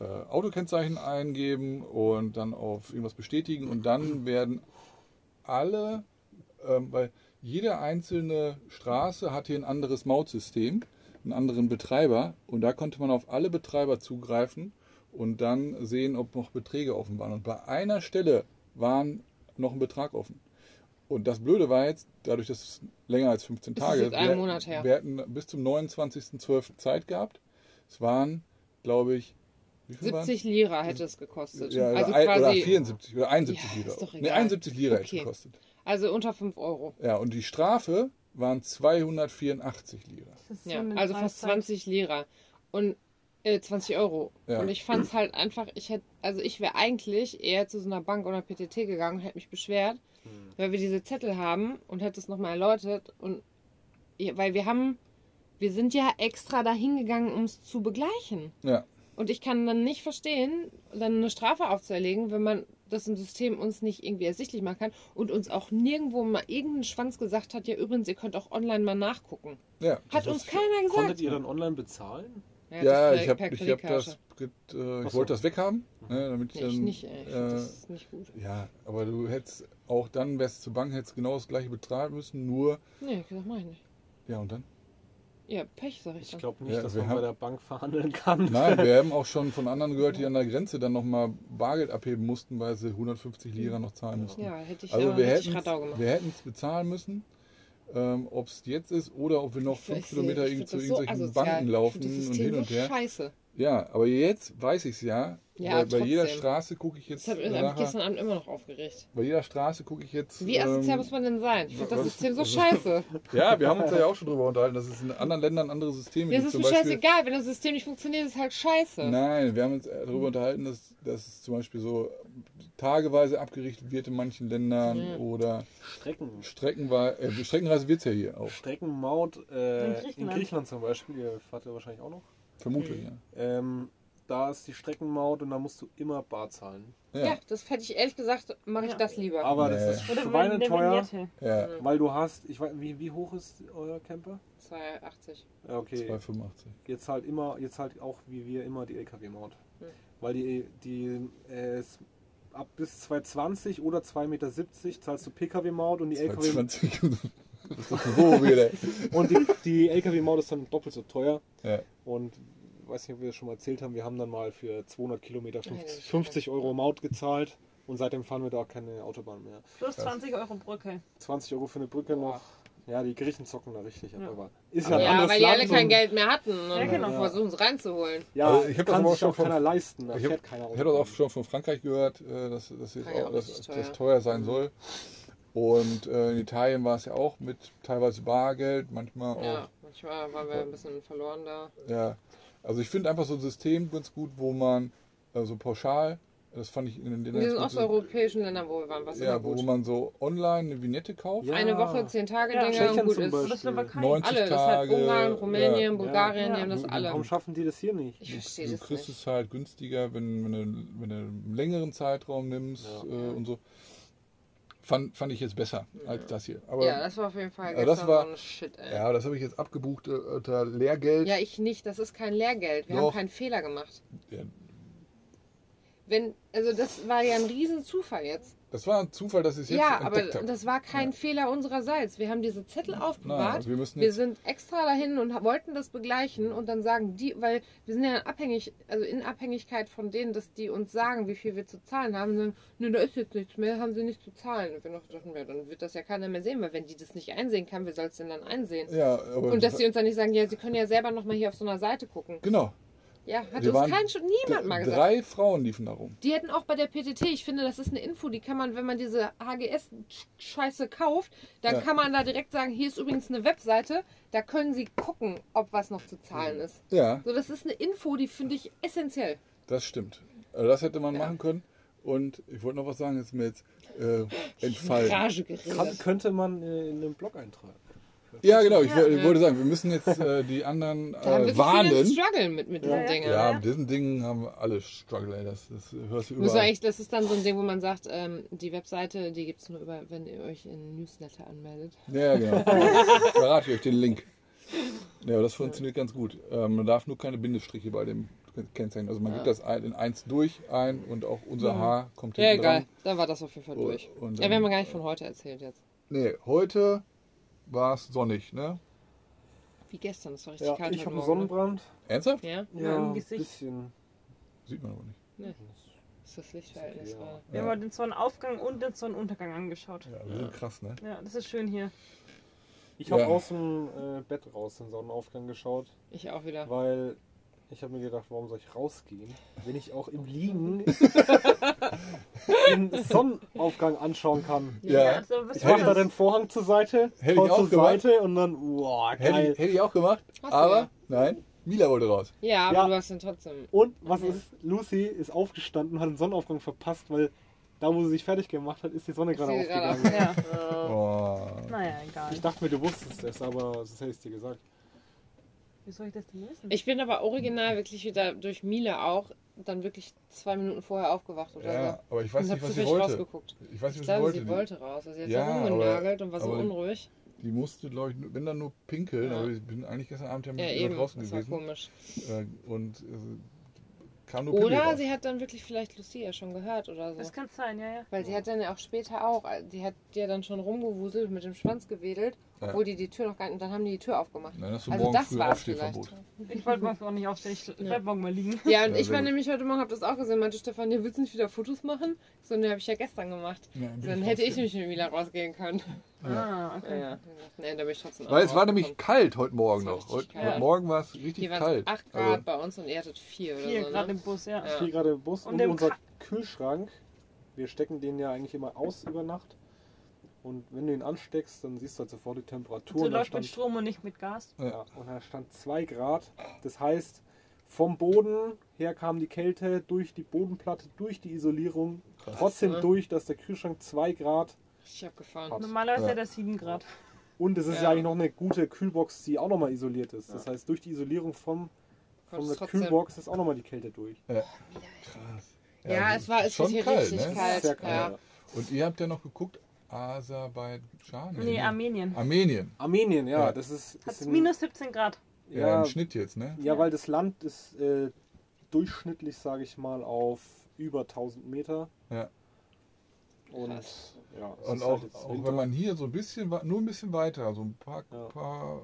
Speaker 1: äh, Autokennzeichen eingeben und dann auf irgendwas bestätigen und dann werden alle ähm, weil jede einzelne Straße hat hier ein anderes Mautsystem, einen anderen Betreiber und da konnte man auf alle Betreiber zugreifen und dann sehen, ob noch Beträge offen waren. Und bei einer Stelle waren noch ein Betrag offen. Und das Blöde war jetzt, dadurch, dass es länger als 15
Speaker 3: Es ist
Speaker 1: Tage
Speaker 3: jetzt ein
Speaker 1: wir-
Speaker 3: Monat her.
Speaker 1: wir hatten bis zum 29.12. Zeit gehabt. Es waren, glaube ich, wie viel waren's?
Speaker 3: 70 Lira hätte es gekostet.
Speaker 1: Ja,
Speaker 3: also
Speaker 1: also ein, oder
Speaker 3: quasi,
Speaker 1: 74 oder 71
Speaker 3: Ja,
Speaker 1: Lira.
Speaker 3: ist doch
Speaker 1: Nee,
Speaker 3: egal.
Speaker 1: 71 Lira hätte
Speaker 3: Okay.
Speaker 1: es gekostet.
Speaker 3: also unter 5 Euro.
Speaker 1: Ja, und die Strafe waren 284 Lira.
Speaker 4: Das ist so
Speaker 3: Ja,
Speaker 4: eine
Speaker 3: also fast
Speaker 4: Dreizeit.
Speaker 3: 20 Lira. Und äh, 20 Euro.
Speaker 1: Ja.
Speaker 3: Und ich fand es halt einfach, ich hätte, also ich wäre eigentlich eher zu so einer Bank oder PTT gegangen und hätte mich beschwert, weil wir diese Zettel haben und hätte es nochmal erläutert. Und ja, weil wir haben, wir sind ja extra dahin gegangen, um es zu begleichen.
Speaker 1: Ja.
Speaker 3: Und ich kann dann nicht verstehen, dann eine Strafe aufzuerlegen, wenn man das im System uns nicht irgendwie ersichtlich machen kann und uns auch nirgendwo mal irgendein Schwanz gesagt hat, ja übrigens, ihr könnt auch online mal nachgucken.
Speaker 1: Ja.
Speaker 3: Hat uns keiner gesagt.
Speaker 2: Konntet ihr dann online bezahlen?
Speaker 3: Ja,
Speaker 1: Ja, ich
Speaker 3: das per-
Speaker 1: habe
Speaker 3: per
Speaker 1: ich hab
Speaker 3: Kreditkarte.
Speaker 1: das. Äh, ich
Speaker 2: Ach so.
Speaker 1: wollte das weghaben, ne, damit ich
Speaker 3: Nee, ich
Speaker 1: dann.
Speaker 3: nicht, ey. Ich find das nicht gut.
Speaker 1: äh, ja, aber du hättest auch dann, wärst zur Bank, hättest genau das gleiche bezahlen müssen, nur.
Speaker 3: Nee, das mach ich nicht.
Speaker 1: Ja, und dann?
Speaker 3: Ja, Pech, sag ich
Speaker 2: Ich
Speaker 3: dann.
Speaker 2: glaube nicht,
Speaker 1: Ja,
Speaker 2: dass
Speaker 1: wir
Speaker 2: man bei
Speaker 1: haben-
Speaker 2: der Bank verhandeln kann.
Speaker 1: Nein, wir haben auch schon von anderen gehört, die an der Grenze dann nochmal Bargeld abheben mussten, weil sie 150 Lira noch zahlen mussten.
Speaker 3: ja, hätte ich
Speaker 1: Also
Speaker 3: aber
Speaker 1: wir
Speaker 3: richtig
Speaker 1: hätten
Speaker 3: Radau gemacht.
Speaker 1: wir es bezahlen müssen, ähm, ob es jetzt ist oder ob wir noch
Speaker 3: Ich
Speaker 1: fünf
Speaker 3: weiß
Speaker 1: Kilometer
Speaker 3: nicht, ich
Speaker 1: irgend-
Speaker 3: find
Speaker 1: zu
Speaker 3: das so
Speaker 1: irgendwelchen
Speaker 3: asozial.
Speaker 1: Banken
Speaker 3: Ich
Speaker 1: laufen
Speaker 3: find das
Speaker 1: und
Speaker 3: System
Speaker 1: hin und
Speaker 3: so
Speaker 1: her.
Speaker 3: Scheiße.
Speaker 1: Ja, aber jetzt weiß ich es ja.
Speaker 3: Ja,
Speaker 1: bei, bei jeder
Speaker 3: trotzdem.
Speaker 1: Straße gucke ich jetzt
Speaker 3: Das hat mich
Speaker 1: nachher-
Speaker 3: gestern Abend immer noch aufgeregt.
Speaker 1: bei jeder Straße gucke ich jetzt.
Speaker 3: Wie asozial
Speaker 1: ähm,
Speaker 3: muss man denn sein? Ich finde
Speaker 1: was-
Speaker 3: das
Speaker 1: Also,
Speaker 3: System so scheiße.
Speaker 1: Ja, wir haben uns da ja auch schon drüber unterhalten, dass es in anderen Ländern andere Systeme
Speaker 3: Mir ist
Speaker 1: gibt.
Speaker 3: es mir scheißegal, wenn das System nicht funktioniert, ist es halt scheiße.
Speaker 1: Nein, wir haben uns äh, darüber unterhalten, dass, dass es zum Beispiel so tageweise abgerichtet wird in manchen Ländern oder
Speaker 2: Strecken.
Speaker 1: Streckenweise, äh, Streckenreise wird es ja hier auch,
Speaker 2: Streckenmaut äh,
Speaker 4: In
Speaker 2: in, Griechenland.
Speaker 4: Griechenland.
Speaker 2: zum Beispiel, ihr fahrt ja wahrscheinlich auch noch.
Speaker 1: vermutlich.
Speaker 3: Mhm.
Speaker 2: Ähm, da ist die Streckenmaut und da musst du immer bar zahlen.
Speaker 1: Ja.
Speaker 3: Ja, das hätte ich ehrlich gesagt, mache ich
Speaker 4: Ja.
Speaker 3: das lieber.
Speaker 2: Aber das ist
Speaker 1: Nee.
Speaker 4: Oder wenn der
Speaker 2: schweineteuer,
Speaker 4: Vignette.
Speaker 1: ja. ja.
Speaker 2: weil du hast, ich weiß, wie, wie hoch ist euer Camper?
Speaker 3: 2,80.
Speaker 2: Ja, Okay,
Speaker 1: 2,85.
Speaker 2: ihr zahlt immer, ihr zahlt auch wie wir immer die LKW-Maut.
Speaker 3: Hm.
Speaker 2: Weil die, die äh, es- ab bis 2,20 oder 2,70 Meter zahlst du PKW-Maut und die LKW
Speaker 1: 20 Wo wieder?
Speaker 2: und die, die LKW-Maut ist dann doppelt so teuer.
Speaker 1: Ja.
Speaker 2: Und ich weiß nicht, ob wir das schon mal erzählt haben, wir haben dann mal für 200 Kilometer
Speaker 3: Nein, das
Speaker 2: 50,
Speaker 3: ist
Speaker 2: 50 Euro Maut gezahlt und seitdem fahren wir da keine Autobahn mehr.
Speaker 4: Plus 20 Euro Brücke.
Speaker 2: 20 Euro für eine Brücke noch. Ja, die Griechen zocken da richtig ab,
Speaker 4: Ja.
Speaker 2: aber ist
Speaker 1: Aber
Speaker 2: ja ein
Speaker 3: Ja,
Speaker 2: anderes
Speaker 3: weil die alle
Speaker 2: Land
Speaker 3: kein
Speaker 2: und-
Speaker 3: Geld mehr hatten und
Speaker 4: Ja, genau.
Speaker 3: versuchen es reinzuholen.
Speaker 2: Ja,
Speaker 1: Also ich
Speaker 2: ich
Speaker 1: hab das
Speaker 2: kann
Speaker 1: aber
Speaker 2: sich
Speaker 1: auch
Speaker 2: auch
Speaker 1: schon
Speaker 2: keiner
Speaker 1: von-
Speaker 2: leisten, da
Speaker 1: ich hab-
Speaker 2: fährt keiner
Speaker 1: Ich hätte auch schon von Frankreich gehört, äh, dass, dass, jetzt
Speaker 3: Frankreich
Speaker 1: auch,
Speaker 3: auch
Speaker 1: dass
Speaker 3: richtig
Speaker 1: das
Speaker 3: teuer. Mhm.
Speaker 1: teuer sein soll. Und äh, in Italien war es ja auch mit teilweise Bargeld, manchmal auch.
Speaker 3: Ja, manchmal waren wir ein bisschen verloren da.
Speaker 1: Ja. Also ich finde einfach so ein System ganz gut, wo man äh, so pauschal, das fand ich in den
Speaker 3: In diesen
Speaker 1: ganz gut,
Speaker 3: osteuropäischen Ländern, wo wir waren, was
Speaker 1: ja,
Speaker 3: immer
Speaker 1: wo
Speaker 3: gut.
Speaker 1: man so online eine Vignette kauft.
Speaker 2: Ja.
Speaker 3: Eine Woche, zehn Tage
Speaker 4: Ja.
Speaker 3: Dinger und
Speaker 2: Tschechien
Speaker 3: gut
Speaker 2: zum
Speaker 3: ist.
Speaker 2: Beispiel.
Speaker 4: Das war kein.
Speaker 1: Neun- 90
Speaker 3: Alle, das hat
Speaker 1: Tage,
Speaker 3: Ungarn,
Speaker 1: ja.
Speaker 3: Rumänien,
Speaker 1: Ja.
Speaker 3: Bulgarien, die
Speaker 4: Ja.
Speaker 3: haben das alle.
Speaker 2: Warum schaffen die das hier nicht?
Speaker 3: Ich verstehe
Speaker 1: Du
Speaker 3: das
Speaker 1: kriegst
Speaker 3: nicht.
Speaker 1: es halt günstiger, wenn, wenn, du, wenn du einen längeren Zeitraum nimmst
Speaker 2: Ja.
Speaker 1: äh, und so. Fand, fand ich jetzt besser als das hier. Aber
Speaker 3: Ja, das äh, war auf jeden Fall
Speaker 1: Ja,
Speaker 3: gestern
Speaker 1: das war-
Speaker 3: so ein Shit, ey. Ja.
Speaker 1: Ja, das habe ich jetzt abgebucht äh, unter Lehrgeld. Ja,
Speaker 3: ich nicht, das ist kein Lehrgeld. Wir
Speaker 1: Doch.
Speaker 3: haben keinen Fehler gemacht.
Speaker 1: Ja.
Speaker 3: Wenn, also das war ja ein Riesenzufall jetzt.
Speaker 1: Das war ein Zufall, dass ich es jetzt
Speaker 3: ja, aber
Speaker 1: entdeckt habe.
Speaker 3: das war kein Fehler unsererseits. Wir haben diese Zettel aufbewahrt.
Speaker 1: Nein, wir müssen
Speaker 3: Wir
Speaker 1: jetzt,
Speaker 3: sind extra dahin und ha- wollten das begleichen und dann sagen die, weil wir sind ja abhängig, also in Abhängigkeit von denen, dass die uns sagen, wie viel wir zu zahlen haben, und sagen, ne, da ist jetzt nichts mehr, haben sie nicht zu zahlen. Und wir noch dachten, ja, dann wird das ja keiner mehr sehen, weil wenn die das nicht einsehen kann, wer soll es denn dann einsehen?
Speaker 1: ja, aber
Speaker 3: Und dass sie uns dann nicht sagen, ja, sie können ja selber nochmal hier auf so einer Seite gucken.
Speaker 1: genau.
Speaker 3: Ja, hat
Speaker 1: Wir
Speaker 3: uns
Speaker 1: waren
Speaker 3: kein, schon niemand
Speaker 1: D-
Speaker 3: mal gesagt.
Speaker 1: Drei Frauen liefen da rum.
Speaker 3: Die hätten auch bei der PTT, ich finde, das ist eine Info, die kann man, wenn man diese HGS-Scheiße kauft, dann
Speaker 1: Ja.
Speaker 3: kann man da direkt sagen, hier ist übrigens eine Webseite, da können Sie gucken, ob was noch zu
Speaker 1: Mhm.
Speaker 3: zahlen ist.
Speaker 1: Ja,
Speaker 3: So, das ist eine Info, die finde ich essentiell.
Speaker 1: das stimmt. Also das hätte man
Speaker 3: Ja.
Speaker 1: machen können. Und ich wollte noch was sagen, ist mir jetzt äh, entfallen.
Speaker 3: Rage geredet.
Speaker 2: Kann, könnte man äh, in einem Blog eintragen.
Speaker 1: Ja, genau. Ich,
Speaker 4: Ja,
Speaker 1: woll- ich
Speaker 3: ja.
Speaker 1: wollte sagen, wir müssen jetzt äh, die anderen
Speaker 3: Da haben
Speaker 1: äh,
Speaker 3: wir
Speaker 1: warnen.
Speaker 3: viel Struggle mit, mit diesen
Speaker 4: Ja, ja.
Speaker 3: Dingen.
Speaker 1: Ja,
Speaker 4: Ja.
Speaker 1: mit diesen Dingen haben wir alle Struggle, ey. Das, das hörst du
Speaker 3: Muss man
Speaker 1: überall.
Speaker 3: eigentlich, das ist dann so ein Ding, wo man sagt, ähm, die Webseite, die gibt es nur über, wenn ihr euch in Newsletter anmeldet.
Speaker 1: Ja, genau. Verrate ich euch den Link. Ja, aber das funktioniert ganz gut. Ähm, man darf nur keine Bindestriche bei dem Kennzeichen. Also man
Speaker 3: Ja.
Speaker 1: gibt das ein, in eins durch ein und auch unser Haar kommt
Speaker 3: Ja,
Speaker 1: hinten
Speaker 3: egal.
Speaker 1: dran.
Speaker 3: Dann war das auf jeden Fall
Speaker 1: Oh,
Speaker 3: durch.
Speaker 1: und
Speaker 3: Ja, wir
Speaker 1: dann-
Speaker 3: haben ja gar nicht von heute erzählt jetzt.
Speaker 1: Nee, heute war es sonnig, ne?
Speaker 3: Wie gestern, das war richtig
Speaker 2: Ja,
Speaker 3: kalt
Speaker 2: ich
Speaker 3: heute
Speaker 2: habe einen
Speaker 3: Morgen. ne?
Speaker 2: Sonnenbrand.
Speaker 1: Ernsthaft?
Speaker 3: Ja,
Speaker 4: Ja, im Gesicht.
Speaker 2: bisschen.
Speaker 1: Sieht man aber nicht.
Speaker 3: ist das Lichtverhältnis.
Speaker 2: Ja.
Speaker 3: war-
Speaker 4: Wir
Speaker 1: Ja.
Speaker 4: haben heute den Sonnenaufgang und den Sonnenuntergang angeschaut.
Speaker 1: Ja, wir sind krass, ne?
Speaker 4: Ja, das ist schön hier.
Speaker 2: Ich habe
Speaker 1: Ja.
Speaker 2: aus dem äh, Bett raus den Sonnenaufgang geschaut,
Speaker 3: Ich auch wieder.
Speaker 2: weil ich habe mir gedacht, warum soll ich rausgehen, wenn ich auch im Liegen den Sonnenaufgang anschauen kann.
Speaker 1: Ja.
Speaker 4: also was
Speaker 2: Ich
Speaker 4: war
Speaker 2: mach da
Speaker 4: das?
Speaker 2: den Vorhang zur Seite,
Speaker 1: Hätte
Speaker 2: schau
Speaker 1: ich auch
Speaker 2: zur
Speaker 1: gemacht.
Speaker 2: Seite und dann, wow,
Speaker 1: Hätte
Speaker 2: geil.
Speaker 1: ich, hätte ich auch gemacht,
Speaker 3: Hast du
Speaker 1: aber
Speaker 3: ja.
Speaker 1: nein. Mila wollte raus.
Speaker 3: Ja, aber
Speaker 2: Ja.
Speaker 3: du hast ihn trotzdem.
Speaker 2: Und was ist? Lucy ist aufgestanden und hat den Sonnenaufgang verpasst, weil da, wo sie sich fertig gemacht hat, ist die Sonne gerade
Speaker 3: Sie-
Speaker 2: aufgegangen.
Speaker 4: Ja.
Speaker 1: Oh.
Speaker 4: Naja, egal.
Speaker 2: Ich dachte mir, du wusstest es, aber das hätte ich dir gesagt.
Speaker 4: Wie soll ich das denn wissen?
Speaker 3: Ich bin aber original wirklich wieder durch Mila auch dann wirklich zwei Minuten vorher aufgewacht oder
Speaker 1: Ja,
Speaker 3: so.
Speaker 1: aber ich weiß
Speaker 3: und
Speaker 1: nicht,
Speaker 3: hab
Speaker 1: was sie
Speaker 3: zufällig
Speaker 1: wollte.
Speaker 3: rausgeguckt.
Speaker 1: Ich weiß
Speaker 3: Ich
Speaker 1: nicht, was sie
Speaker 3: glaube, sie
Speaker 1: wollte. Die,
Speaker 3: wollte raus. Also sie hat
Speaker 1: Ja,
Speaker 3: ja, rumgenagelt und war so
Speaker 1: aber-
Speaker 3: unruhig.
Speaker 1: die musste, glaube ich, nur- wenn dann nur pinkeln,
Speaker 3: Ja.
Speaker 1: aber ich bin eigentlich gestern Abend ja mit
Speaker 3: Ja,
Speaker 1: ihr
Speaker 3: eben.
Speaker 1: halt draußen
Speaker 3: Das war
Speaker 1: gewesen.
Speaker 3: komisch.
Speaker 1: Äh, und äh, kam nur Pimmel
Speaker 3: Oder
Speaker 1: raus.
Speaker 3: sie hat dann wirklich vielleicht Lucia schon gehört oder so.
Speaker 4: Das kann sein, ja, ja.
Speaker 3: Weil sie hat dann ja auch später auch, äh, die hat ja dann schon rumgewuselt mit dem Schwanz gewedelt,
Speaker 1: Ja.
Speaker 3: obwohl die die Tür noch gar nicht, und dann haben die die Tür aufgemacht.
Speaker 1: Nein, hast du
Speaker 3: Also
Speaker 1: morgen
Speaker 3: das
Speaker 1: früh
Speaker 3: war es
Speaker 1: Aufstehverbot.
Speaker 3: vielleicht.
Speaker 4: Ich wollte morgens auch nicht aufstehen. Ich bleib morgen mal liegen.
Speaker 3: Ja, und
Speaker 1: Ja,
Speaker 3: ich
Speaker 1: sehr
Speaker 3: war
Speaker 1: gut.
Speaker 3: nämlich heute Morgen, hab das auch gesehen, meinte Stefan, ihr willst nicht wieder Fotos machen? So, ne, habe ich ja gestern gemacht.
Speaker 1: Ja, dann bin
Speaker 3: dann
Speaker 1: ich
Speaker 3: hätte ich
Speaker 1: rausgegangen.
Speaker 3: nämlich mit Mila rausgehen können.
Speaker 4: Ah,
Speaker 3: Ja,
Speaker 4: okay.
Speaker 3: ja. Nee, da bin ich trotzdem
Speaker 1: Weil
Speaker 3: auch
Speaker 1: es war nämlich
Speaker 3: rausgekommen.
Speaker 1: kalt heute Morgen
Speaker 3: Es Oh, war
Speaker 1: noch.
Speaker 3: richtig
Speaker 1: Heute,
Speaker 3: kalt.
Speaker 1: heute Morgen war es richtig
Speaker 3: Hier waren
Speaker 1: kalt.
Speaker 3: es 8 Grad
Speaker 1: Also,
Speaker 3: bei uns und ihr hattet 4 oder
Speaker 4: Vier
Speaker 3: so.
Speaker 4: Grad
Speaker 3: ne?
Speaker 4: im Bus, ja.
Speaker 3: Ja.
Speaker 2: Hier gerade im Bus
Speaker 4: Und
Speaker 2: und,
Speaker 4: im
Speaker 2: unser
Speaker 4: Ka-
Speaker 2: Kühlschrank. Wir stecken den ja eigentlich immer aus über Nacht. Und wenn du ihn ansteckst, dann siehst du halt sofort die Temperatur.
Speaker 4: So
Speaker 2: Und da
Speaker 4: läuft mit
Speaker 2: stand,
Speaker 4: Strom und nicht mit Gas.
Speaker 2: ja, und da stand 2 Grad. Das heißt, vom Boden her kam die Kälte durch die Bodenplatte, durch die Isolierung. Trotzdem
Speaker 3: ne?
Speaker 2: durch, dass der Kühlschrank 2 Grad
Speaker 3: Ich hab gefahren.
Speaker 2: Hat-
Speaker 4: Normalerweise
Speaker 1: Ja.
Speaker 4: hat er 7 Grad.
Speaker 2: Und es ist ja.
Speaker 3: Ja.
Speaker 2: eigentlich noch eine gute Kühlbox, die auch nochmal isoliert ist. Das heißt, durch die Isolierung vom, von
Speaker 3: Konntest
Speaker 2: der
Speaker 3: trotzdem-
Speaker 2: Kühlbox ist auch nochmal die Kälte durch.
Speaker 1: krass.
Speaker 3: Ja, es war es
Speaker 1: schon
Speaker 3: wird hier
Speaker 1: kalt,
Speaker 3: richtig
Speaker 1: ne?
Speaker 3: kalt.
Speaker 2: Sehr kalt.
Speaker 3: Ja.
Speaker 1: Und ihr habt ja noch geguckt, Aserbaidschan?
Speaker 4: Nee, Armenien.
Speaker 1: Ah, Armenien.
Speaker 2: Armenien, ja,
Speaker 1: Ja.
Speaker 2: das ist.
Speaker 4: Hat
Speaker 2: ist in-
Speaker 4: minus 17 Grad.
Speaker 1: Ja,
Speaker 2: ja,
Speaker 1: im Schnitt jetzt, ne?
Speaker 2: ja, weil das Land ist äh, durchschnittlich, sage ich mal, auf über 1000 Meter.
Speaker 1: Ja.
Speaker 2: Und
Speaker 3: Krass.
Speaker 2: ja, es
Speaker 1: Und
Speaker 2: ist halt
Speaker 1: auch,
Speaker 2: jetzt
Speaker 1: auch
Speaker 2: Winter.
Speaker 1: wenn man hier so ein bisschen, wa- nur ein bisschen weiter, so ein paar,
Speaker 2: Ja.
Speaker 1: paar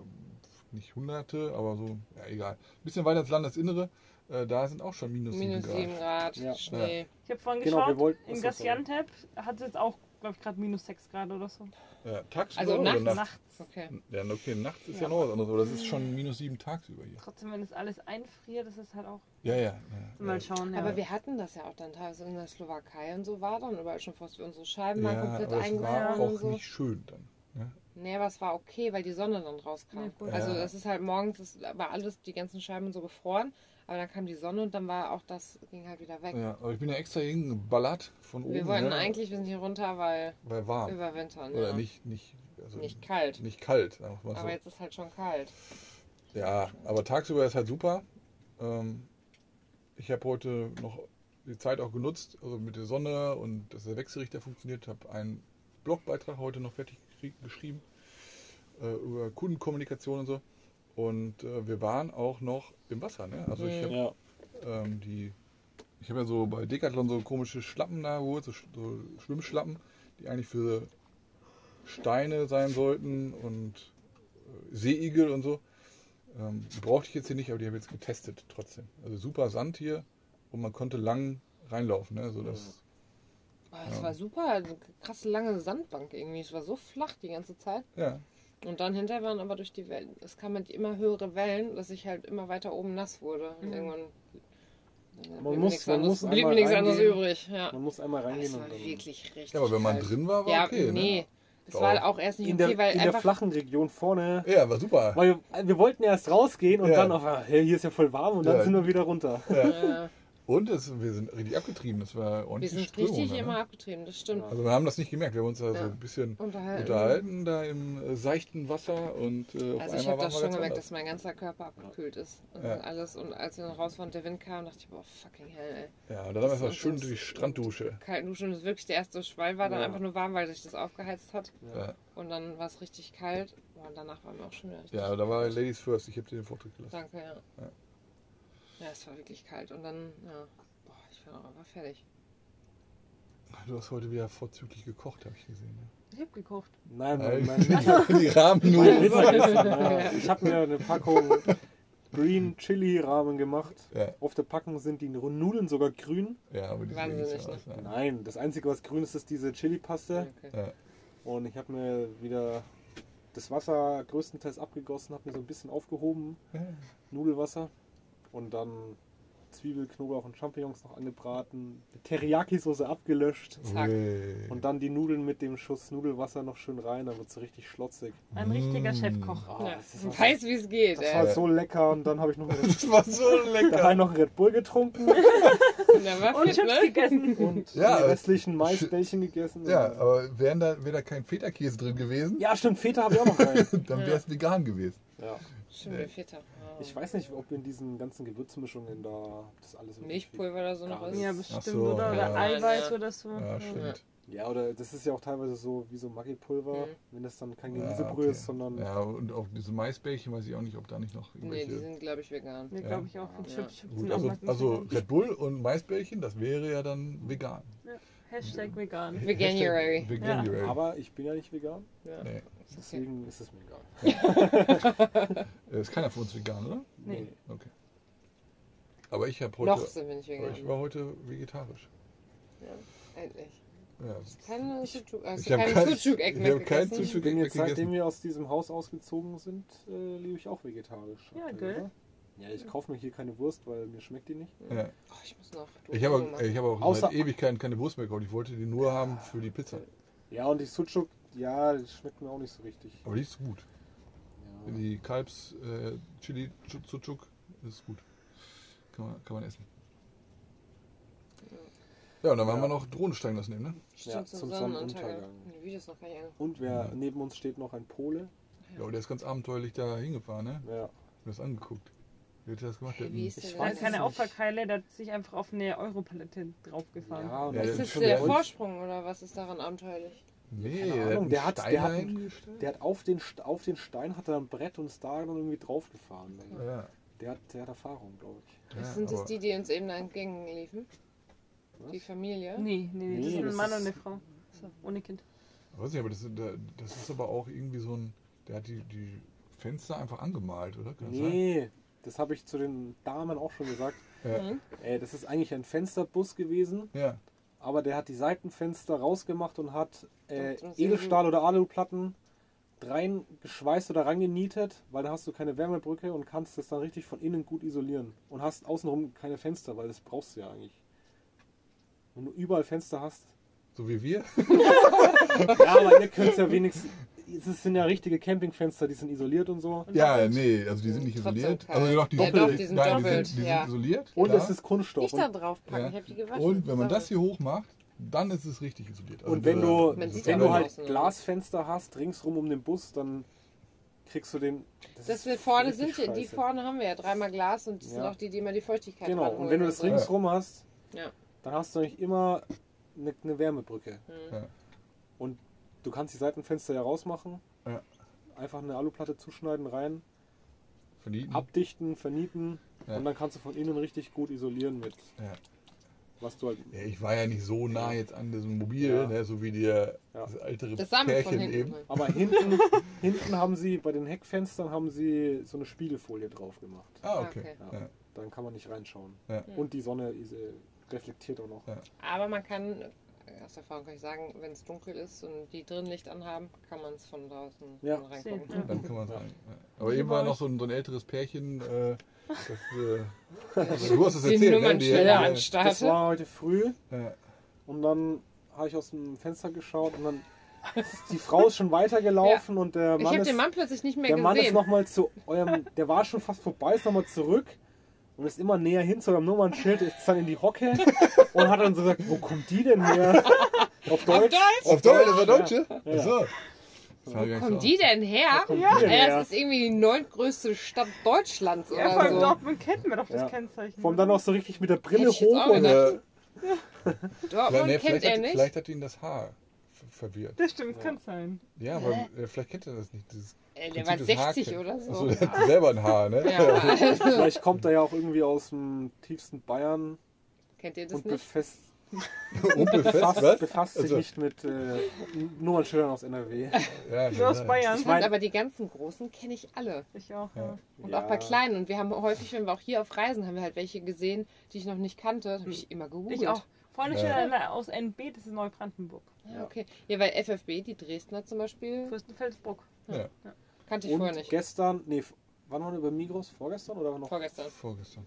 Speaker 1: nicht hunderte, aber so, ja egal, ein bisschen weiter ins Landesinnere, äh, da sind auch schon minus,
Speaker 3: Minus
Speaker 1: sieben
Speaker 3: 7
Speaker 1: Grad.
Speaker 3: Grad,
Speaker 2: Ja.
Speaker 3: Schnee.
Speaker 4: Ich habe vorhin
Speaker 2: Genau, wir
Speaker 4: geschaut,
Speaker 2: wollten-
Speaker 4: in
Speaker 2: Achso, sorry.
Speaker 4: Gaziantep hat es jetzt auch, glaube ich, gerade minus 6 Grad oder so.
Speaker 1: Ja, tagsüber
Speaker 3: Also
Speaker 1: oder
Speaker 3: nachts?
Speaker 1: nachts?
Speaker 4: Nachts.
Speaker 3: Okay.
Speaker 1: Ja, okay, nachts ist ja. noch was anderes, aber das ist schon minus sieben tagsüber hier.
Speaker 4: Trotzdem, wenn es alles einfriert, ist es halt auch.
Speaker 1: Ja, ja. ja, ja.
Speaker 4: Mal schauen, ja.
Speaker 3: Aber wir hatten das ja auch dann teilweise in der Slowakei und so war dann überall schon fast unsere Scheiben waren
Speaker 1: ja,
Speaker 3: komplett
Speaker 1: aber es war
Speaker 3: eingefroren und
Speaker 1: auch
Speaker 3: so.
Speaker 1: nicht schön dann. Ne?
Speaker 3: Nee, aber es war okay, weil die Sonne dann rauskam.
Speaker 4: Ja, gut.
Speaker 3: also
Speaker 1: Ja.
Speaker 3: das ist halt morgens, das war alles, die ganzen Scheiben und so gefroren, aber dann kam die Sonne und dann war auch das, ging halt wieder weg.
Speaker 1: Ja, aber ich bin ja extra hingeballert von oben.
Speaker 3: wir wollten
Speaker 1: ne?
Speaker 3: eigentlich, wir sind hier runter, weil
Speaker 1: Weil warm.
Speaker 3: überwintern.
Speaker 1: Oder
Speaker 3: ja.
Speaker 1: nicht, nicht, also
Speaker 3: Nicht kalt.
Speaker 1: Nicht kalt, sagen wir mal
Speaker 3: Aber
Speaker 1: so.
Speaker 3: jetzt ist halt schon kalt.
Speaker 1: Ja, aber tagsüber ist halt super. Ähm, ich habe heute noch die Zeit auch genutzt, also mit der Sonne und dass der Wechselrichter funktioniert, habe einen Blogbeitrag heute noch fertig gekriegt- geschrieben äh, über Kundenkommunikation und so. Und äh, wir waren auch noch im Wasser. Ne? Also ich habe
Speaker 2: Ja.
Speaker 1: ähm, die, ich habe ja so bei Decathlon so komische Schlappen da geholt, so, Sch- so Schwimmschlappen, die eigentlich für Steine sein sollten und äh, Seeigel und so. Ähm, die brauchte ich jetzt hier nicht, aber die habe ich jetzt getestet trotzdem. Also super Sand hier und man konnte lang reinlaufen. Ne? So das,
Speaker 3: Oh, das
Speaker 1: Ja.
Speaker 3: war super, eine krasse lange Sandbank irgendwie. Es war so flach die ganze Zeit.
Speaker 1: ja.
Speaker 3: Und dann hinterher waren aber durch die Wellen, es kamen halt immer höhere Wellen, dass ich halt immer weiter oben nass wurde. Und irgendwann äh,
Speaker 2: Man
Speaker 3: blieb
Speaker 2: muss-
Speaker 3: nichts
Speaker 2: man
Speaker 3: anderes,
Speaker 2: muss
Speaker 3: blieb mir
Speaker 2: einmal
Speaker 3: nichts anderes
Speaker 2: reingehen.
Speaker 3: übrig. Ja.
Speaker 2: Man muss einmal
Speaker 3: Aber
Speaker 2: reingehen
Speaker 3: es war
Speaker 2: und dann.
Speaker 3: wirklich richtig.
Speaker 1: ja, aber wenn man
Speaker 3: kalt.
Speaker 1: drin war, war
Speaker 3: Ja,
Speaker 1: okay.
Speaker 3: nee.
Speaker 1: Ne?
Speaker 3: Das
Speaker 1: Doch.
Speaker 3: war auch erst nicht
Speaker 2: In
Speaker 3: okay,
Speaker 2: der,
Speaker 3: weil
Speaker 2: in der
Speaker 3: einfach.
Speaker 2: flachen Region vorne
Speaker 1: Ja, war super.
Speaker 2: Weil wir, wir wollten erst rausgehen und
Speaker 1: Ja.
Speaker 2: dann auf, ah, hey, hier ist ja voll warm und dann
Speaker 1: Ja.
Speaker 2: sind wir wieder runter.
Speaker 3: äh,
Speaker 1: Und es, wir sind richtig abgetrieben. Das war
Speaker 3: wir
Speaker 1: ordentlich
Speaker 3: sind
Speaker 1: Strömung.
Speaker 3: richtig
Speaker 1: da, ne?
Speaker 3: immer abgetrieben, das stimmt.
Speaker 1: Also wir haben das nicht gemerkt. Wir haben uns da so
Speaker 3: Ja.
Speaker 1: ein bisschen
Speaker 3: Unterhalten.
Speaker 1: unterhalten da im äh, seichten Wasser und äh, auf
Speaker 3: Also ich
Speaker 1: einmal waren
Speaker 3: habe das
Speaker 1: wir
Speaker 3: schon
Speaker 1: ganz
Speaker 3: gemerkt, dass
Speaker 1: anders.
Speaker 3: mein ganzer Körper abgekühlt ist. Und
Speaker 1: Ja.
Speaker 3: alles. Und als wir dann raus waren und der Wind kam, dachte ich, boah, fucking hell,
Speaker 1: Ja, und dann haben wir erstmal
Speaker 3: das-
Speaker 1: schön
Speaker 3: das-
Speaker 1: durch die Stranddusche.
Speaker 3: ey. Kalten Duschen ist wirklich der erste Schwall, war dann
Speaker 2: Ja.
Speaker 3: einfach nur warm, weil sich das aufgeheizt hat.
Speaker 1: Ja,
Speaker 3: Und dann war es richtig kalt. Boah, und danach waren wir auch schon wieder richtig.
Speaker 1: ja da war Ladies First. Ich habe dir den Vortritt gelassen.
Speaker 3: Danke, ja.
Speaker 1: Ja.
Speaker 3: ja. es war wirklich kalt. Und dann, ja, boah, ich war auch einfach fertig.
Speaker 1: Du hast heute wieder vorzüglich gekocht, habe ich gesehen. ne?
Speaker 4: Ich hab gekocht.
Speaker 2: Nein,
Speaker 1: Äh,
Speaker 2: nein, nein.
Speaker 1: die Rahmen
Speaker 2: Ich
Speaker 1: nur.
Speaker 2: wollte Mittagessen, ja. Ich habe mir eine Packung Green Chili Ramen gemacht.
Speaker 1: Ja.
Speaker 2: Auf der Packung sind die Nudeln sogar grün.
Speaker 1: Ja, aber die sehen
Speaker 3: Wahnsinnig,
Speaker 1: nicht so aus. Ne?
Speaker 2: Nein, das Einzige, was grün ist, ist diese Chili-Paste.
Speaker 3: Okay.
Speaker 1: Ja.
Speaker 2: Und ich habe mir wieder das Wasser größtenteils abgegossen, habe mir so ein bisschen aufgehoben. Nudelwasser. Und dann Zwiebel, Knoblauch und Champignons noch angebraten, mit Teriyaki-Soße abgelöscht
Speaker 3: Zack.
Speaker 1: Ui.
Speaker 2: und dann die Nudeln mit dem Schuss Nudelwasser noch schön rein, dann wird es richtig schlotzig.
Speaker 4: Ein richtiger Chefkoch.
Speaker 2: Ah,
Speaker 3: Ja, äh,
Speaker 2: das ist einfach-
Speaker 3: weiß, wie es geht.
Speaker 2: das
Speaker 3: Ey.
Speaker 2: war so lecker und dann habe ich noch mit
Speaker 1: Das war so lecker.
Speaker 2: dabei noch Red Bull getrunken
Speaker 3: Der war
Speaker 4: Und
Speaker 3: fit,
Speaker 4: Chips
Speaker 3: ne?
Speaker 4: gegessen.
Speaker 2: und
Speaker 1: Ja,
Speaker 2: die
Speaker 1: äh,
Speaker 2: restlichen Maisbällchen gegessen.
Speaker 1: Ja, aber wären da, wäre da kein Feta-Käse drin gewesen,
Speaker 2: ja stimmt, Feta habe ich auch noch rein.
Speaker 1: dann wäre es vegan gewesen.
Speaker 2: Ja.
Speaker 3: Schon der Vierter.
Speaker 2: Ich weiß nicht, ob in diesen ganzen Gewürzmischungen da das alles wirklich-
Speaker 3: Milchpulver oder so noch
Speaker 2: Gar
Speaker 3: ist.
Speaker 2: nicht.
Speaker 4: Ja,
Speaker 1: Ach
Speaker 4: bestimmt,
Speaker 1: so,
Speaker 4: oder? Oder
Speaker 1: ja.
Speaker 4: Eiweiß
Speaker 3: Ja.
Speaker 4: oder so.
Speaker 1: Ja, stimmt.
Speaker 2: Ja, oder das ist ja auch teilweise so wie so Maggi-Pulver,
Speaker 3: Mhm.
Speaker 2: wenn das dann kein
Speaker 1: Ja,
Speaker 2: Gemüsebrühe
Speaker 1: Ah, okay.
Speaker 2: ist, sondern
Speaker 1: Ja, und auch diese Maisbällchen weiß ich auch nicht, ob da nicht noch
Speaker 3: Nee, die
Speaker 1: irgendwelche...
Speaker 3: sind, glaube ich, vegan.
Speaker 4: Ja, glaube ich auch. Von Chip, Chip
Speaker 1: Gut,
Speaker 4: sind auch
Speaker 1: also,
Speaker 4: Magneten.
Speaker 1: also Red Bull und Maisbällchen, das wäre ja dann vegan.
Speaker 4: Hashtag vegan.
Speaker 3: Veganuary.
Speaker 1: Hashtag Veganuary.
Speaker 2: aber ich bin ja nicht vegan,
Speaker 3: Ja.
Speaker 1: Nee.
Speaker 3: Das ist okay.
Speaker 2: deswegen ist es mir egal.
Speaker 1: Äh, Ist keiner von uns vegan, oder?
Speaker 4: Nee.
Speaker 2: Nee.
Speaker 1: Okay. Aber ich habe heute...
Speaker 3: Noch sind wir nicht
Speaker 1: aber ich
Speaker 3: vegan.
Speaker 1: war heute vegetarisch.
Speaker 3: Endlich.
Speaker 1: Ja.
Speaker 3: Keine Sucuk, hast
Speaker 1: Ich
Speaker 3: du
Speaker 1: habe
Speaker 3: keinen
Speaker 1: kein-
Speaker 3: Sucuk-Eck
Speaker 1: ich
Speaker 3: mehr
Speaker 1: habe keinen Sucuk-
Speaker 3: gegessen?
Speaker 2: Ich bin
Speaker 1: Weg-
Speaker 2: jetzt,
Speaker 1: weggegessen.
Speaker 2: seitdem wir aus diesem Haus ausgezogen sind, äh, lebe ich auch vegetarisch.
Speaker 4: Ja,
Speaker 2: aktuell,
Speaker 4: gell?
Speaker 2: oder? Ja, ich kaufe mir hier keine Wurst, weil mir schmeckt die nicht.
Speaker 1: Ja.
Speaker 3: Oh, ich muss noch.
Speaker 1: Ich habe
Speaker 3: Duolingo
Speaker 1: ich habe auch
Speaker 2: Außer-
Speaker 1: seit Ewigkeiten keine Wurst mehr gekauft. Ich wollte die nur haben für die Pizza.
Speaker 2: Ja, und die Sucuk, ja, das schmeckt mir auch nicht so richtig.
Speaker 1: Aber die ist gut.
Speaker 2: Ja.
Speaker 1: Die Kalbs äh, Chili Chuchuk ist gut. Kann man, kann man essen. Ja, und dann haben wir noch Drohnen steigen lassen eben, ne?
Speaker 3: machen.
Speaker 2: Ja,
Speaker 3: Stimmt, zum,
Speaker 2: zum
Speaker 3: Sonnenuntergang.
Speaker 2: Sonnenuntergang.
Speaker 3: Die Videos noch gar nicht angeguckt.
Speaker 2: Und wer neben uns steht, noch ein Pole.
Speaker 1: Ja, und der ist ganz abenteuerlich da hingefahren, ne?
Speaker 2: Ja.
Speaker 1: Hab mir das angeguckt. Wie hat er das gemacht? Der
Speaker 3: Hey, wie ist
Speaker 2: Ich
Speaker 3: der
Speaker 4: Da
Speaker 2: weiß
Speaker 4: ist
Speaker 3: denn?
Speaker 4: keine
Speaker 2: es nicht.
Speaker 4: Auffahrkeile, der hat sich einfach auf eine Europalette draufgefahren.
Speaker 2: Ja, und
Speaker 1: Ja,
Speaker 2: das
Speaker 1: das
Speaker 3: Ist
Speaker 1: ist
Speaker 3: das
Speaker 1: schon
Speaker 3: der
Speaker 1: wieder-
Speaker 3: Vorsprung oder was ist daran abenteuerlich?
Speaker 1: nee,
Speaker 2: keine
Speaker 1: der
Speaker 2: Ahnung,
Speaker 1: hat,
Speaker 2: der
Speaker 1: der
Speaker 2: hat-
Speaker 1: hat
Speaker 2: der
Speaker 1: Stein
Speaker 2: hat-
Speaker 1: reingestellt.
Speaker 2: Der hat auf den, St- auf den Stein hat er ein Brett und ist da dann irgendwie draufgefahren.
Speaker 1: ja,
Speaker 2: Der hat, der hat Erfahrung, glaube ich.
Speaker 1: ja,
Speaker 3: Sind das
Speaker 1: aber-
Speaker 3: die, die uns eben da entgegenliefen? Die Familie?
Speaker 4: Nee, nee, nee, das
Speaker 2: Nee,
Speaker 4: ist ein
Speaker 2: das
Speaker 4: Mann
Speaker 2: ist-
Speaker 4: und eine Frau. So, ohne Kind.
Speaker 1: Ich weiß nicht, aber das, ist- der- das ist aber auch irgendwie so ein. Der hat die, die Fenster einfach angemalt, oder? Kann das
Speaker 2: Nee, das habe ich zu den Damen auch schon gesagt.
Speaker 1: sein?
Speaker 2: Äh, das ist eigentlich ein Fensterbus gewesen,
Speaker 1: Ja. ja.
Speaker 2: aber der hat die Seitenfenster rausgemacht und hat äh,
Speaker 3: Und zum Segen.
Speaker 2: Edelstahl- oder Aluplatten reingeschweißt oder rangenietet, weil da hast du keine Wärmebrücke und kannst das dann richtig von innen gut isolieren. Und hast außenrum keine Fenster, weil das brauchst du ja eigentlich. Wenn du überall Fenster hast,
Speaker 1: So wie wir.
Speaker 2: Ja, aber ihr könnt ja wenigstens. Es sind ja richtige Campingfenster, die sind isoliert und so.
Speaker 1: Ja, nee, also die sind nicht
Speaker 3: Trotzdem
Speaker 1: isoliert.
Speaker 3: kalt.
Speaker 1: Also doch, die,
Speaker 3: Ja,
Speaker 1: sind-
Speaker 3: doch, die sind
Speaker 1: nein,
Speaker 3: doppelt,
Speaker 1: Die sind, die
Speaker 3: ja.
Speaker 1: sind isoliert.
Speaker 2: Und
Speaker 1: klar.
Speaker 2: es ist Kunststoff.
Speaker 3: Ich da
Speaker 2: Und,
Speaker 3: drauf packen,
Speaker 1: Ja.
Speaker 3: ich habe die gewaschen.
Speaker 1: Und wenn man das
Speaker 3: Sorry.
Speaker 1: hier hoch macht, dann ist es richtig isoliert. Also
Speaker 2: und wenn
Speaker 1: da-
Speaker 2: du,
Speaker 3: Man sieht
Speaker 2: wenn
Speaker 3: ja
Speaker 2: du
Speaker 3: nur
Speaker 2: halt
Speaker 3: außen, oder?
Speaker 2: Glasfenster hast, ringsrum um den Bus, dann kriegst du den.
Speaker 3: Das
Speaker 2: ist
Speaker 3: wir vorne
Speaker 2: richtig
Speaker 3: sind, ja- die
Speaker 2: scheiße.
Speaker 3: vorne haben wir ja dreimal Glas und das sind
Speaker 2: Ja.
Speaker 3: auch die, die immer die Feuchtigkeit
Speaker 2: Genau,
Speaker 3: ranholen
Speaker 2: und wenn du das
Speaker 3: so.
Speaker 2: ringsrum hast,
Speaker 3: Ja.
Speaker 2: dann hast du eigentlich immer eine, eine Wärmebrücke.
Speaker 3: Mhm.
Speaker 1: Ja.
Speaker 2: Und du kannst die Seitenfenster ja rausmachen,
Speaker 1: Ja.
Speaker 2: einfach eine Aluplatte zuschneiden, rein,
Speaker 1: Vernieten.
Speaker 2: abdichten, vernieten
Speaker 1: Ja.
Speaker 2: und dann kannst du von innen richtig gut isolieren mit,
Speaker 1: Ja.
Speaker 2: was du halt
Speaker 1: Ja, ich war ja nicht so nah jetzt an diesem Mobil,
Speaker 2: Ja.
Speaker 1: ne, so wie der
Speaker 2: Ja.
Speaker 1: das ältere
Speaker 3: Das sammelt von
Speaker 1: Pärchen
Speaker 3: hinten.
Speaker 1: eben.
Speaker 3: rein.
Speaker 2: Aber hinten, hinten haben sie, bei den Heckfenstern haben sie so eine Spiegelfolie drauf gemacht.
Speaker 1: Ah,
Speaker 3: Ah,
Speaker 1: okay.
Speaker 2: okay. Dann kann man nicht reinschauen.
Speaker 1: Ja.
Speaker 2: Und die Sonne diese, reflektiert auch noch.
Speaker 1: Ja.
Speaker 3: Aber man kann, äh, aus Erfahrung kann ich sagen, wenn es dunkel ist und die drin Licht anhaben, kann man es von draußen
Speaker 2: Ja.
Speaker 3: von reingucken.
Speaker 1: Ja.
Speaker 4: Sehen,
Speaker 1: Dann kann man
Speaker 2: Ja.
Speaker 1: sagen. Ja. Aber eben war noch so ein, so ein älteres Pärchen, äh, das, äh, du hast es erzählt, ne?
Speaker 3: Nummern schneller
Speaker 1: äh,
Speaker 3: anstarte.
Speaker 2: Das war heute früh
Speaker 1: äh,
Speaker 2: und dann habe ich aus dem Fenster geschaut und dann die Frau ist schon weitergelaufen und der
Speaker 3: Ich
Speaker 2: Mann
Speaker 3: habe
Speaker 2: ist,
Speaker 3: den Mann plötzlich nicht mehr
Speaker 2: der Mann ist
Speaker 3: gesehen.
Speaker 2: nochmal zu eurem, der war schon fast vorbei, ist nochmal zurück und ist immer näher hin zu eurem Nummernschild, ist dann in die Hocke und hat dann so gesagt, wo kommt die denn her? Auf
Speaker 3: Auf
Speaker 2: Deutsch?
Speaker 3: Deutsch?
Speaker 1: auf Deutsch, das war Deutsche?
Speaker 2: Ja.
Speaker 1: Achso. Das war
Speaker 3: Wo
Speaker 1: gar
Speaker 3: kommen
Speaker 1: nicht
Speaker 3: die denn her?
Speaker 2: kommen die denn
Speaker 3: Ey,
Speaker 2: her?
Speaker 3: das ist irgendwie die neuntgrößte Stadt Deutschlands
Speaker 4: Ja, vor
Speaker 3: oder
Speaker 4: allem
Speaker 3: so.
Speaker 4: Dortmund kennt man doch das
Speaker 2: also- Ja.
Speaker 4: Kennzeichen. ne?
Speaker 2: Vom dann auch so richtig mit der Brille
Speaker 3: Hätte ich jetzt
Speaker 2: hoch
Speaker 3: auch
Speaker 1: so.
Speaker 2: und
Speaker 3: gedacht.
Speaker 1: Äh,
Speaker 3: Dortmund
Speaker 1: nee,
Speaker 3: kennt
Speaker 1: vielleicht,
Speaker 3: er
Speaker 1: hat,
Speaker 3: nicht.
Speaker 1: vielleicht hat ihn das Haar ver- verwirrt.
Speaker 4: Das stimmt, das kann sein.
Speaker 1: Ja, aber äh, vielleicht kennt er das nicht. Dieses
Speaker 3: Ey, Äh, der war
Speaker 1: Prinzip des
Speaker 3: 60
Speaker 1: Haarkens.
Speaker 3: oder
Speaker 1: Achso,
Speaker 3: so.
Speaker 2: Also-
Speaker 1: der hat selber ein Haar, ne?
Speaker 3: Ja.
Speaker 2: Vielleicht kommt er ja auch irgendwie aus dem tiefsten Bayern
Speaker 3: Kennt ihr das
Speaker 2: und
Speaker 3: nicht?
Speaker 2: befasst,
Speaker 1: Unbefest,
Speaker 2: befasst,
Speaker 1: was?
Speaker 2: befasst sich
Speaker 1: Also,
Speaker 2: nicht mit äh, Nummernschildern aus NRW.
Speaker 1: ja,
Speaker 4: Nur aus
Speaker 1: ja.
Speaker 4: Bayern.
Speaker 2: mein-
Speaker 3: Aber die ganzen Großen kenne ich alle.
Speaker 4: Ich auch,
Speaker 1: Ja.
Speaker 4: ja.
Speaker 3: Und
Speaker 2: Ja.
Speaker 3: auch bei Kleinen. Und wir haben häufig, wenn wir auch hier auf Reisen, haben wir halt welche gesehen, die ich noch nicht kannte. Da habe ich immer gegoogelt.
Speaker 4: Ich auch. Vorne steht
Speaker 1: Ja.
Speaker 4: einer aus NB, das ist Neubrandenburg.
Speaker 3: Ja, Ah, okay. Ja, weil FFB, die Dresdner zum Beispiel,
Speaker 4: Fürstenfeldbruck.
Speaker 1: Ja,
Speaker 3: kannte ich vorher
Speaker 2: Und
Speaker 3: nicht.
Speaker 2: gestern, nee, wann waren wir bei Migros? Vorgestern oder noch?
Speaker 3: Vorgestern.
Speaker 1: vorgestern.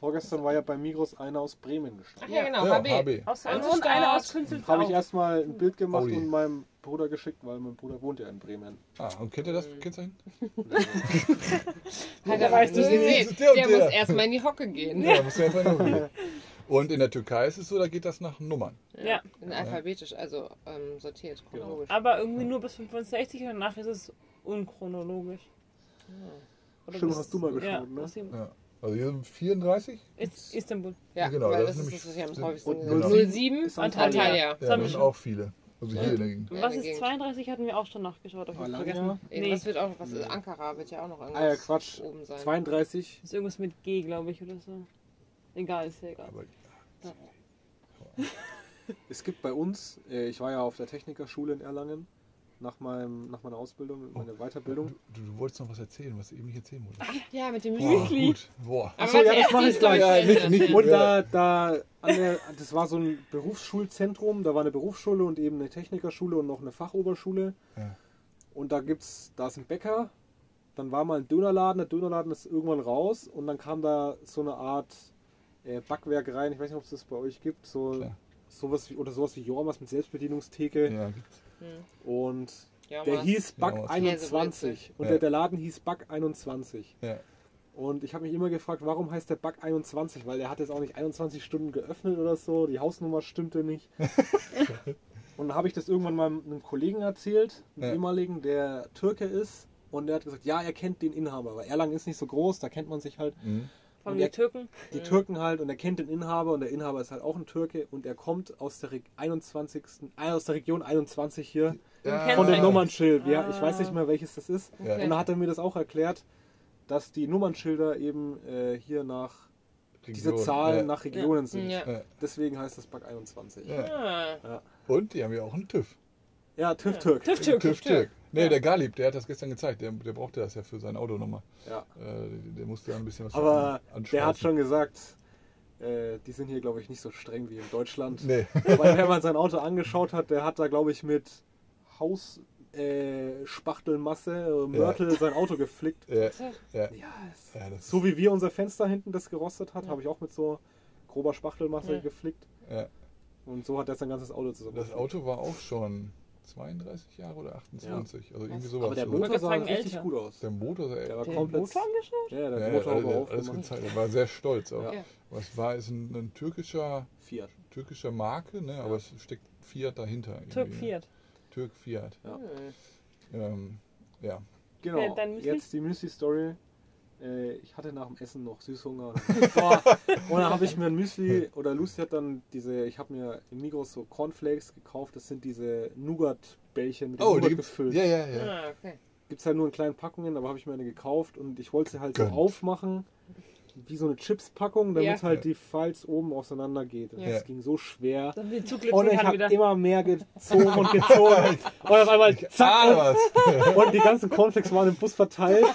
Speaker 2: Vorgestern war ja bei Migros einer aus Bremen
Speaker 3: Ach
Speaker 2: gestanden.
Speaker 3: ja, genau,
Speaker 1: Ja,
Speaker 3: HB.
Speaker 1: HB.
Speaker 4: Aus
Speaker 3: Ein
Speaker 4: und eine
Speaker 3: Start.
Speaker 4: aus Künzelsau.
Speaker 2: Habe ich erstmal ein Bild gemacht
Speaker 1: Audi.
Speaker 2: und meinem Bruder geschickt, weil mein Bruder wohnt ja in Bremen.
Speaker 1: Ah, und kennt ihr das Kennzeichen?
Speaker 3: Hat
Speaker 4: Da
Speaker 3: er
Speaker 4: weißt
Speaker 3: weißt
Speaker 4: du
Speaker 3: du
Speaker 4: es
Speaker 1: nicht.
Speaker 3: gesehen.
Speaker 1: Der
Speaker 3: Der,
Speaker 1: und der.
Speaker 3: muss erstmal in die Hocke gehen.
Speaker 1: Ja, muss ja einfach nur gehen. Und in der Türkei ist es so, da geht das nach Nummern.
Speaker 4: Ja. Ah.
Speaker 3: In alphabetisch, also ähm, sortiert, chronologisch.
Speaker 4: Aber irgendwie nur bis 65 und danach ist es unchronologisch. Oder
Speaker 2: Stimmt,
Speaker 4: bis-
Speaker 2: Ah. hast du mal
Speaker 4: ja,
Speaker 2: geschaut, ne?
Speaker 4: aus dem-
Speaker 1: Ja. Also hier sind 34.
Speaker 4: Ist Istanbul.
Speaker 3: Ja,
Speaker 1: genau,
Speaker 3: weil
Speaker 1: das
Speaker 3: das,
Speaker 1: ist
Speaker 3: ist das,
Speaker 1: nämlich-
Speaker 3: was ich am
Speaker 1: und
Speaker 3: häufigsten
Speaker 1: genau.
Speaker 3: gesagt habe. 07
Speaker 2: Ist
Speaker 3: Antalya.
Speaker 4: Antalya.
Speaker 3: Antalya.
Speaker 1: Ja,
Speaker 4: Das haben wir
Speaker 1: das sind
Speaker 4: schon.
Speaker 1: auch viele. Also hier in der Gegend.
Speaker 4: Was ist
Speaker 3: Gegend.
Speaker 4: 32? Hatten wir auch schon nachgeschaut. Hab ich
Speaker 2: Alanya?
Speaker 4: vergessen. Nee,
Speaker 3: Irgendwas
Speaker 4: ist
Speaker 3: wird auch noch, was ist, Ankara wird ja auch noch irgendwas
Speaker 2: Ah ja, Quatsch.
Speaker 3: oben sein.
Speaker 2: 32.
Speaker 4: irgendwas mit G, glaube ich, oder so. Egal, ist ja egal.
Speaker 1: Aber
Speaker 2: Es gibt bei uns, äh, ich war ja auf der Technikerschule in Erlangen nach, meinem, nach meiner Ausbildung, meiner
Speaker 1: du,
Speaker 2: Weiterbildung.
Speaker 1: du, du wolltest noch was erzählen, was du eben nicht erzählen wolltest.
Speaker 3: Ja, mit dem
Speaker 1: Boah,
Speaker 3: Müsli.
Speaker 1: gut. Boah.
Speaker 3: Aber
Speaker 2: Achso, ja,
Speaker 3: warte,
Speaker 2: das mache ich
Speaker 3: erst die
Speaker 2: gleich.
Speaker 3: Story zu Ende.
Speaker 2: Und da, da an der, das war so ein Berufsschulzentrum, da war eine Berufsschule und eben eine Technikerschule und noch eine Fachoberschule.
Speaker 1: Ja.
Speaker 2: Und da gibt's, da ist ein Bäcker, dann war mal ein Dönerladen, der Dönerladen ist irgendwann raus und dann kam da so eine Art äh, Backwerk rein, ich weiß nicht, ob es das bei euch gibt, so
Speaker 1: Klar.
Speaker 2: sowas wie, oder sowas wie Jormas mit Selbstbedienungstheke
Speaker 1: Ja, gibt's.
Speaker 2: und
Speaker 3: Ja,
Speaker 2: der
Speaker 3: Mann.
Speaker 2: hieß Back
Speaker 1: Ja, was-
Speaker 2: 21 und
Speaker 1: Ja.
Speaker 2: der, der Laden hieß Back 21.
Speaker 1: Ja.
Speaker 2: Und ich habe mich immer gefragt, warum heißt der Bug 21? Weil der hat jetzt auch nicht 21 Stunden geöffnet oder so. Die Hausnummer stimmte nicht. und dann habe ich das irgendwann mal einem Kollegen erzählt, einem
Speaker 1: Ja.
Speaker 2: ehemaligen, der Türke ist. Und der hat gesagt, ja, er kennt den Inhaber. Weil Erlangen ist nicht so groß, da kennt man sich halt.
Speaker 1: Mhm.
Speaker 4: Von
Speaker 2: Und
Speaker 4: den
Speaker 2: der-
Speaker 4: Türken.
Speaker 2: Die Türken halt. Und er kennt den Inhaber. Und der Inhaber ist halt auch ein Türke. Und er kommt aus der, Reg- 21., äh, aus der Region 21 hier.
Speaker 1: Ja.
Speaker 2: Von dem
Speaker 4: Ah.
Speaker 2: Nummernschild. Ja, ich
Speaker 4: Ah.
Speaker 2: weiß nicht mehr, welches das ist.
Speaker 1: Ja.
Speaker 2: Und da hat er mir das auch erklärt, dass die Nummernschilder eben äh, hier nach diese
Speaker 1: Region.
Speaker 2: Zahlen
Speaker 1: ja.
Speaker 2: nach Regionen sind.
Speaker 3: Ja.
Speaker 1: Ja.
Speaker 2: Deswegen heißt das Bug 21. Ja,
Speaker 1: Ja.
Speaker 3: Ah,
Speaker 1: Und die haben ja auch einen TÜV.
Speaker 2: TÜV Türk.
Speaker 4: Türk, Türk.
Speaker 1: TÜV Türk. Nee, der Galib, der hat das gestern gezeigt. Der, der brauchte das ja für sein Auto nochmal.
Speaker 2: Ja.
Speaker 1: Äh, der musste ja ein bisschen was
Speaker 2: Aber
Speaker 1: an-
Speaker 2: der
Speaker 1: anschweißen.
Speaker 2: hat schon gesagt, äh, die sind hier, glaube ich, nicht so streng wie in Deutschland.
Speaker 1: Nee.
Speaker 2: Weil wenn man sein Auto angeschaut hat, der hat da, glaube ich, mit Hausspachtelmasse, äh, Spachtelmasse, äh, Mörtel sein Auto geflickt.
Speaker 1: Ja, ja.
Speaker 2: Ja, es-
Speaker 1: ja, das
Speaker 2: so wie wir unser Fenster hinten das gerostet hat, habe ich auch mit so grober Spachtelmasse
Speaker 3: Ja.
Speaker 2: geflickt.
Speaker 1: Ja.
Speaker 2: Und so hat er sein ganzes Auto zusammen.
Speaker 1: Das Auto war auch schon 32 Jahre oder 28, also irgendwie sowas.
Speaker 2: Aber der
Speaker 1: Also
Speaker 2: Motor sah
Speaker 4: sagen,
Speaker 2: richtig
Speaker 4: älter.
Speaker 2: gut aus.
Speaker 1: der Motor sah
Speaker 2: Der
Speaker 1: ja,
Speaker 2: war
Speaker 4: Den
Speaker 2: komplett.
Speaker 4: Motor angeschaut?
Speaker 2: Ja, der
Speaker 1: ja,
Speaker 2: Motor
Speaker 1: alles,
Speaker 2: aber
Speaker 1: alles,
Speaker 2: aufgemacht.
Speaker 1: gezeigt. Er war sehr stolz auch.
Speaker 2: Ja.
Speaker 1: Was war, ist ein, ein türkischer,
Speaker 2: Fiat.
Speaker 1: türkischer Marke, ne? aber es steckt Fiat dahinter. irgendwie,
Speaker 4: Türk
Speaker 1: ne?
Speaker 4: Fiat.
Speaker 1: Türk Fiat.
Speaker 2: Ja.
Speaker 3: hm.
Speaker 1: Ähm, ja.
Speaker 2: Genau.
Speaker 4: Äh, dein Müsli?
Speaker 2: Jetzt die Müsli-Story. Äh, Ich hatte nach dem Essen noch Süßhunger. Boah. Und dann habe ich mir ein Müsli oder Lucy hat dann diese, ich habe mir im Migros so Cornflakes gekauft. Das sind diese Nougat-Bällchen mit dem
Speaker 1: Oh, die
Speaker 2: Nougat
Speaker 1: gibt's.
Speaker 2: gefüllt.
Speaker 1: Ja, ja, ja.
Speaker 3: Ah, okay.
Speaker 2: Gibt es halt nur in kleinen Packungen, aber habe ich mir eine gekauft und ich wollte sie halt so
Speaker 1: Gönnt.
Speaker 2: aufmachen, wie so eine Chips-Packung, damit
Speaker 3: Ja.
Speaker 2: halt die Falz oben auseinander geht. Und
Speaker 1: Ja.
Speaker 2: Das ging so schwer.
Speaker 4: Dann wird zuglipsen
Speaker 2: Und Oh, ich
Speaker 4: kann
Speaker 2: habe
Speaker 4: halt wieder.
Speaker 2: immer mehr gezogen und gezogen. Und auf einmal zack.
Speaker 1: Ah, was?
Speaker 2: Und die ganzen Cornflakes waren im Bus verteilt.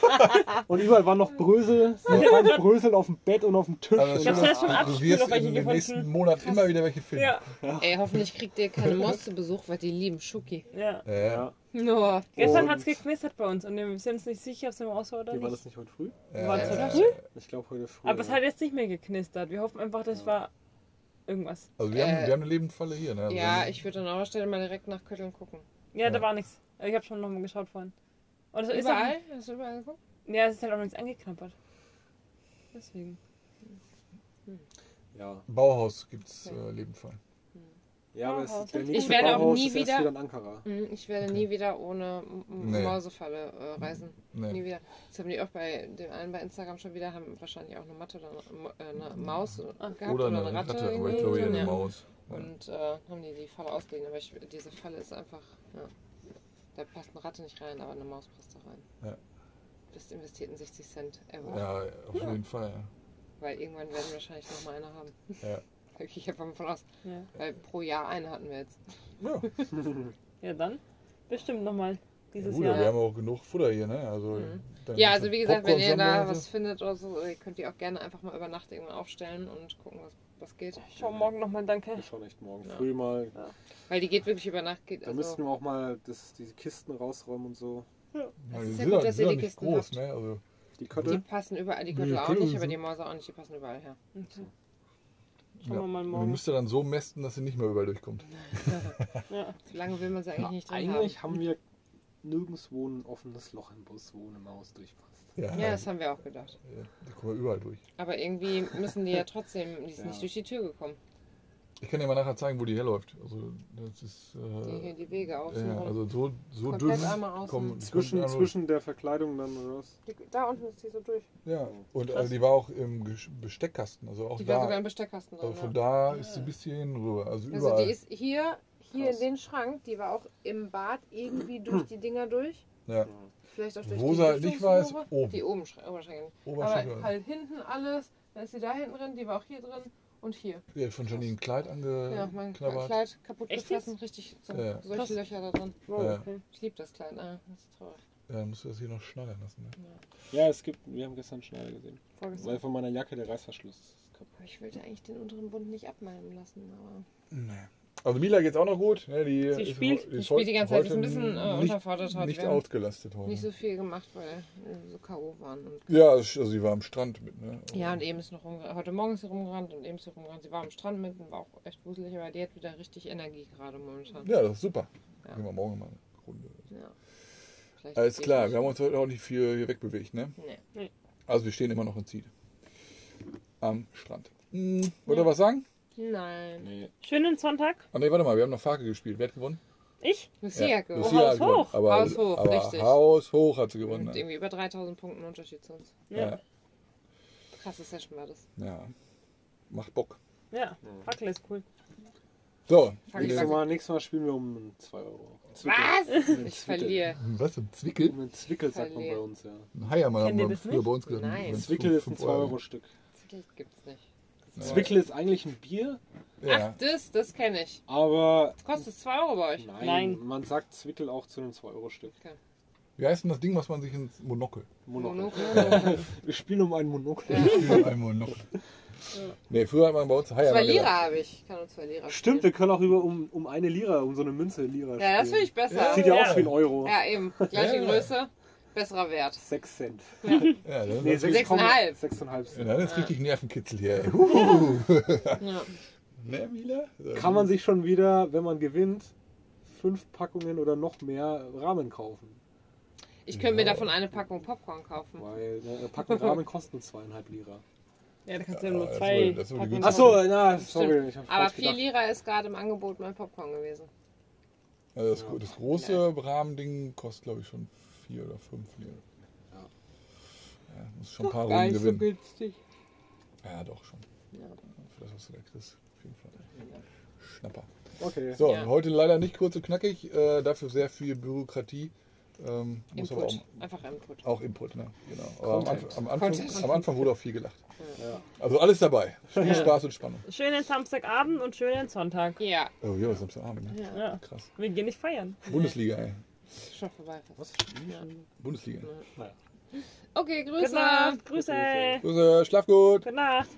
Speaker 2: Und überall waren noch Brösel. Sie fanden Brösel auf dem Bett und auf dem Tisch.
Speaker 1: Aber
Speaker 2: Und
Speaker 1: das
Speaker 4: Ich hab's
Speaker 1: war-
Speaker 4: erst beim
Speaker 1: Also, du
Speaker 4: Abspielen
Speaker 1: wirst
Speaker 4: noch welche
Speaker 1: in den
Speaker 4: gefunden.
Speaker 1: nächsten Monat immer wieder welche finden.
Speaker 4: Ja,
Speaker 3: Ey, hoffentlich kriegt ihr keine Maus zu Besuch, weil die lieben Schoki.
Speaker 4: ja.
Speaker 1: Ja,
Speaker 2: Ja.
Speaker 1: ja.
Speaker 3: No.
Speaker 4: Gestern
Speaker 2: Und-
Speaker 4: hat's geknistert bei uns und wir sind uns nicht sicher, ob es im Ausbau oder
Speaker 2: Wie war das
Speaker 4: nicht.
Speaker 2: nicht heute früh?
Speaker 4: War das
Speaker 1: ja.
Speaker 4: heute früh?
Speaker 2: Ich glaube heute früh.
Speaker 4: Aber es hat jetzt nicht mehr geknistert. Wir hoffen einfach, das war irgendwas.
Speaker 1: Also wir haben,
Speaker 3: Äh,
Speaker 1: wir haben eine Lebendfalle hier. Ne? Also
Speaker 3: Ja,
Speaker 1: wenn-
Speaker 3: ich würde an eurer Stelle mal direkt nach Kötteln gucken.
Speaker 4: Ja, da
Speaker 1: Ja.
Speaker 4: war nichts. Ich habe schon nochmal geschaut vorhin. Und es Also ist auch,
Speaker 3: Überall? Hast du überall geguckt?
Speaker 4: ja, es ist halt auch noch nichts angeknabbert. Deswegen.
Speaker 2: ja.
Speaker 1: Bauhaus gibt es äh, Lebendfall.
Speaker 2: ja, aber es ist der nächste
Speaker 3: werde auch
Speaker 2: Bauhaus
Speaker 3: nie
Speaker 2: ist erst
Speaker 3: wieder-
Speaker 2: wieder in Ankara.
Speaker 3: Hm, Ich werde nie wieder ohne M- M-
Speaker 1: Nee.
Speaker 3: Mausefalle äh, reisen.
Speaker 1: Nee.
Speaker 3: Nie wieder. Das haben die auch bei dem einen bei Instagram schon wieder, haben wahrscheinlich auch eine Matte oder eine, M- äh, eine Maus gehabt oder,
Speaker 1: Oder eine,
Speaker 3: eine Ratte.
Speaker 1: Ratte, aber ich
Speaker 3: irgendwie
Speaker 1: glaube eher
Speaker 3: drin,
Speaker 1: eine
Speaker 3: ja.
Speaker 1: Maus. Ja.
Speaker 3: Und äh, haben die die Falle ausgelegt, aber ich, diese Falle ist einfach, ja, da passt eine Ratte nicht rein, aber eine Maus passt da rein.
Speaker 1: Ja.
Speaker 3: Bist investiert in 60 Cent ever,
Speaker 1: Ja, auf jeden Fall.
Speaker 3: weil irgendwann werden wir wahrscheinlich nochmal eine haben.
Speaker 1: Ja.
Speaker 3: Da gehe ich einfach mal von aus,
Speaker 4: Ja,
Speaker 3: weil pro Jahr eine hatten wir jetzt.
Speaker 1: Ja, ja.
Speaker 4: ja dann. Bestimmt nochmal dieses
Speaker 1: gut, aber wir
Speaker 4: Jahr.
Speaker 1: haben auch genug Futter hier, ne? Also, dann
Speaker 3: Ja,
Speaker 1: gibt's
Speaker 3: also wie gesagt, wenn
Speaker 1: Popcorn
Speaker 3: ihr da
Speaker 1: sammeln und
Speaker 3: was
Speaker 1: so.
Speaker 3: findet oder so, ihr könnt die auch gerne einfach mal über Nacht irgendwann aufstellen und gucken, was, was geht.
Speaker 4: Ich schau morgen nochmal, danke.
Speaker 2: Wir schauen echt morgen
Speaker 3: Ja.
Speaker 2: früh mal.
Speaker 3: Weil die geht wirklich über Nacht, geht
Speaker 2: Da müssten
Speaker 3: also.
Speaker 2: wir auch mal das, diese Kisten rausräumen und so.
Speaker 1: Ja,
Speaker 3: Es
Speaker 1: die
Speaker 3: ist
Speaker 1: sind
Speaker 3: ja gut,
Speaker 1: ja, die
Speaker 3: dass ihr
Speaker 1: sind ja
Speaker 3: die
Speaker 1: nicht
Speaker 3: Kisten
Speaker 1: groß,
Speaker 3: habt.
Speaker 1: ne? Also,
Speaker 2: Die
Speaker 3: Die
Speaker 2: Köttel.
Speaker 3: passen überall, die
Speaker 1: Die
Speaker 3: Gürtel auch
Speaker 1: Gürtel
Speaker 3: nicht, aber
Speaker 1: sind-
Speaker 3: die Mäuse auch nicht, die passen überall her.
Speaker 4: Okay. Schauen
Speaker 1: Ja.
Speaker 4: wir mal
Speaker 1: Und
Speaker 4: morgen.
Speaker 1: Dann müsst ihr dann so mästen, dass sie nicht mehr überall durchkommt.
Speaker 4: Ja.
Speaker 3: So lange will man sie eigentlich
Speaker 2: Ja,
Speaker 3: nicht drin
Speaker 2: eigentlich haben wir nirgendwo ein offenes Loch im Bus, wo eine Maus durchpasst.
Speaker 1: Ja,
Speaker 3: haben. Ja, das haben wir auch gedacht.
Speaker 1: ja, da kommen wir überall durch.
Speaker 3: Aber irgendwie müssen die ja trotzdem, die ist
Speaker 2: Ja.
Speaker 3: nicht durch die Tür gekommen.
Speaker 1: Ich kann dir mal nachher zeigen, wo die herläuft. Also das ist.
Speaker 3: Die,
Speaker 1: Äh,
Speaker 3: hier die Wege außen
Speaker 1: ja,
Speaker 3: rum.
Speaker 1: also so, so
Speaker 3: Komplett
Speaker 1: dünn.
Speaker 3: einmal außen.
Speaker 1: kommen- die
Speaker 2: Zwischen,
Speaker 1: kommen einmal-
Speaker 2: zwischen der Verkleidung dann oder was?
Speaker 3: die, da unten ist die so durch.
Speaker 1: Ja, und äh, die war auch im Gesch- Besteckkasten. Also auch
Speaker 3: Die war sogar
Speaker 1: da.
Speaker 3: im Besteckkasten drin.
Speaker 1: Also von
Speaker 3: ja.
Speaker 1: da ist sie bis hierhin rüber. Also überall.
Speaker 3: Also die ist hier, hier
Speaker 2: Krass.
Speaker 3: in den Schrank, die war auch im Bad irgendwie durch die Dinger durch.
Speaker 1: ja.
Speaker 3: Vielleicht auch durch
Speaker 1: Wo
Speaker 3: die
Speaker 1: sie halt nicht war, ist
Speaker 3: Lüftungsröhre.
Speaker 1: oben.
Speaker 3: Die oben Schra- Oberschränke.
Speaker 1: Oberschenkel.
Speaker 3: Aber halt hinten alles, dann ist sie da hinten drin, die war auch hier drin und hier.
Speaker 1: Die hat von Janine ein Kleid
Speaker 3: Ja, mein
Speaker 1: angeknabbert.
Speaker 3: Kleid kaputt
Speaker 4: Echt
Speaker 3: gefressen, richtig so,
Speaker 1: Äh, Ja, ja.
Speaker 3: solche
Speaker 4: Krass.
Speaker 3: Löcher da drin.
Speaker 4: Wow,
Speaker 1: Ja.
Speaker 4: Oh, okay.
Speaker 3: Ich liebe das Kleid, ah, das ist traurig.
Speaker 1: ja, dann musst du das hier noch schneiden lassen. Ne?
Speaker 2: Ja, es gibt, wir haben gestern Schneider gesehen.
Speaker 3: Vorgestern.
Speaker 2: Weil von meiner Jacke der Reißverschluss ist kaputt.
Speaker 3: Ich wollte eigentlich den unteren Bund nicht abmalen lassen, aber
Speaker 1: Nee. Also Mila geht's auch noch gut. Ne, die
Speaker 4: Sie
Speaker 1: ist
Speaker 4: spielt-
Speaker 1: ho-
Speaker 3: die
Speaker 1: ist
Speaker 3: spielt
Speaker 1: heu-
Speaker 3: die ganze Zeit, ist ein
Speaker 1: heute
Speaker 3: bisschen, äh,
Speaker 1: nicht,
Speaker 3: unterfordert heute.
Speaker 1: Nicht
Speaker 3: Wir haben
Speaker 1: ausgelastet heute.
Speaker 3: nicht so viel gemacht, weil äh, so K.O. waren. Und
Speaker 1: ja, also sie war am Strand mit. Ne?
Speaker 3: ja, und eben ist noch rumgerannt. Heute Morgen ist sie rumgerannt und eben ist sie rumgerannt. Sie war am Strand mit und war auch echt wuselig, aber die hat wieder richtig Energie gerade momentan.
Speaker 1: Ja, das ist super.
Speaker 3: Ja.
Speaker 1: Gehen wir morgen mal eine Runde.
Speaker 3: Ja. Vielleicht
Speaker 1: Alles
Speaker 3: geht
Speaker 1: klar,
Speaker 3: nicht.
Speaker 1: wir haben uns heute auch nicht viel hier wegbewegt. Ne?
Speaker 3: Nee.
Speaker 1: Also wir stehen immer noch in Ziel. Am Strand. Hm, wollt ihr was sagen?
Speaker 3: Nein.
Speaker 2: Nee.
Speaker 4: Schönen Sonntag.
Speaker 1: Ah, nee, warte mal, wir haben noch Fake gespielt. Wer hat gewonnen?
Speaker 4: Ich?
Speaker 3: Lucia
Speaker 1: Ja,
Speaker 3: hat gewonnen.
Speaker 1: Lucia
Speaker 4: Haus
Speaker 1: hat gewonnen.
Speaker 4: hoch.
Speaker 1: Aber,
Speaker 3: Haus hoch,
Speaker 1: aber
Speaker 3: richtig.
Speaker 1: Haus hoch hat sie gewonnen.
Speaker 3: Mit
Speaker 1: ne?
Speaker 3: irgendwie über 3000 Punkten Unterschied zu uns.
Speaker 1: Ja.
Speaker 3: Krasse Session war das.
Speaker 1: ja. Macht Bock.
Speaker 4: Ja, Fackel ist cool.
Speaker 1: So.
Speaker 3: Fuck,
Speaker 1: äh,
Speaker 2: Nächstes mal, nächstes mal spielen wir um 2 Euro.
Speaker 3: Was?
Speaker 2: Um den
Speaker 3: Ich
Speaker 2: Zwickel.
Speaker 3: verliere.
Speaker 1: Was, ein
Speaker 2: Um
Speaker 1: Hm, Zwickel?
Speaker 2: den Zwickel sagt man
Speaker 3: Verliere.
Speaker 2: bei uns, ja.
Speaker 1: Ein Heiermann
Speaker 4: Kennt ihr
Speaker 1: haben wir
Speaker 4: das
Speaker 1: früher
Speaker 4: nicht?
Speaker 1: bei uns gesagt.
Speaker 3: Nein.
Speaker 1: wenn's
Speaker 2: Zwickel ist ein
Speaker 1: fünf
Speaker 2: 2-Euro-Stück.
Speaker 3: Zwickel gibt's nicht.
Speaker 1: Ja.
Speaker 2: Zwickel ist eigentlich ein Bier,
Speaker 1: Ja.
Speaker 3: Ach, das, das kenne ich.
Speaker 2: aber
Speaker 3: Kostet 2 Euro bei euch.
Speaker 2: nein,
Speaker 4: Nein.
Speaker 2: man sagt Zwickel auch zu einem 2-Euro-Stück.
Speaker 1: Wie heißt denn das Ding, was man sich ins Monokel?
Speaker 2: Monokel.
Speaker 3: Monokel.
Speaker 2: Wir spielen um einen Monokel.
Speaker 1: ein Monokel. Nee, früher hat man bei uns Heiermann
Speaker 3: Zwei
Speaker 1: gesagt.
Speaker 3: Lira habe ich. Kann uns zwei Lira
Speaker 2: Stimmt, wir können auch über um, um eine Lira, um so eine Münze Lira
Speaker 3: Ja, das finde
Speaker 2: spielen.
Speaker 3: ich besser.
Speaker 2: Sieht
Speaker 3: Ja,
Speaker 2: ja
Speaker 4: Ja.
Speaker 2: aus wie ein Euro.
Speaker 3: eben. Gleiche
Speaker 1: Ja.
Speaker 3: Größe, besserer Wert.
Speaker 2: 6 Cent.
Speaker 1: Ja, das
Speaker 2: Nee,
Speaker 1: ist,
Speaker 2: 6,5.
Speaker 3: 6,5.
Speaker 2: 6,5
Speaker 1: ja,
Speaker 2: Cent.
Speaker 1: das ist richtig Nervenkitzel hier. ey. Huhu.
Speaker 3: Ja.
Speaker 1: Ne, Mila?
Speaker 2: Kann man sich schon wieder, wenn man gewinnt, fünf Packungen oder noch mehr Rahmen kaufen.
Speaker 3: Ich könnte mir
Speaker 1: Ja.
Speaker 3: davon eine Packung Popcorn kaufen.
Speaker 2: Weil eine Packung Rahmen kostet nur zweieinhalb Lira.
Speaker 4: Ja, da kannst du
Speaker 1: Ja,
Speaker 4: ja nur
Speaker 1: das
Speaker 4: zwei
Speaker 1: würde- das würde
Speaker 4: Packen
Speaker 1: günstig-
Speaker 2: Achso, na, sorry.
Speaker 3: Stimmt.
Speaker 2: Ich hab's
Speaker 3: Aber
Speaker 2: falsch
Speaker 3: 4
Speaker 2: gedacht.
Speaker 3: Lira ist gerade im Angebot mein Popcorn gewesen.
Speaker 1: Also das, das große Rahmending kostet, glaube ich, schon vier oder fünf Lira.
Speaker 2: Ja.
Speaker 1: Ja, muss schon ein paar Runden gewinnen.
Speaker 3: günstig.
Speaker 1: ja, doch schon.
Speaker 3: Ja.
Speaker 1: Für das, was du da kriegst. Auf jeden Fall. Schnapper.
Speaker 2: Okay.
Speaker 1: So,
Speaker 3: Ja.
Speaker 1: heute leider nicht kurz und knackig, äh, dafür sehr viel Bürokratie. Ähm, muss aber
Speaker 3: Input.
Speaker 1: auch,
Speaker 3: Einfach Input.
Speaker 1: auch Input, ne? Genau. Aber am,
Speaker 2: Content.
Speaker 1: Anf am, Anfang,
Speaker 3: Content.
Speaker 1: am Anfang wurde auch viel gelacht.
Speaker 2: Ja.
Speaker 1: Also alles dabei. Viel Spaß und Spannung.
Speaker 4: Schönen Samstagabend und schönen Sonntag.
Speaker 3: Ja,
Speaker 1: Oh ja, Samstagabend, ne?
Speaker 3: Ja.
Speaker 4: Ja.
Speaker 1: Krass.
Speaker 4: Wir gehen nicht feiern.
Speaker 1: Bundesliga, ey.
Speaker 3: ist schon vorbei. fast.
Speaker 2: Was?
Speaker 1: Bundesliga.
Speaker 2: Naja.
Speaker 3: Okay,
Speaker 4: Gute
Speaker 3: Grüße.
Speaker 4: Genau. Nacht. Grüße.
Speaker 1: Grüße, schlaf gut.
Speaker 4: Gute Nacht.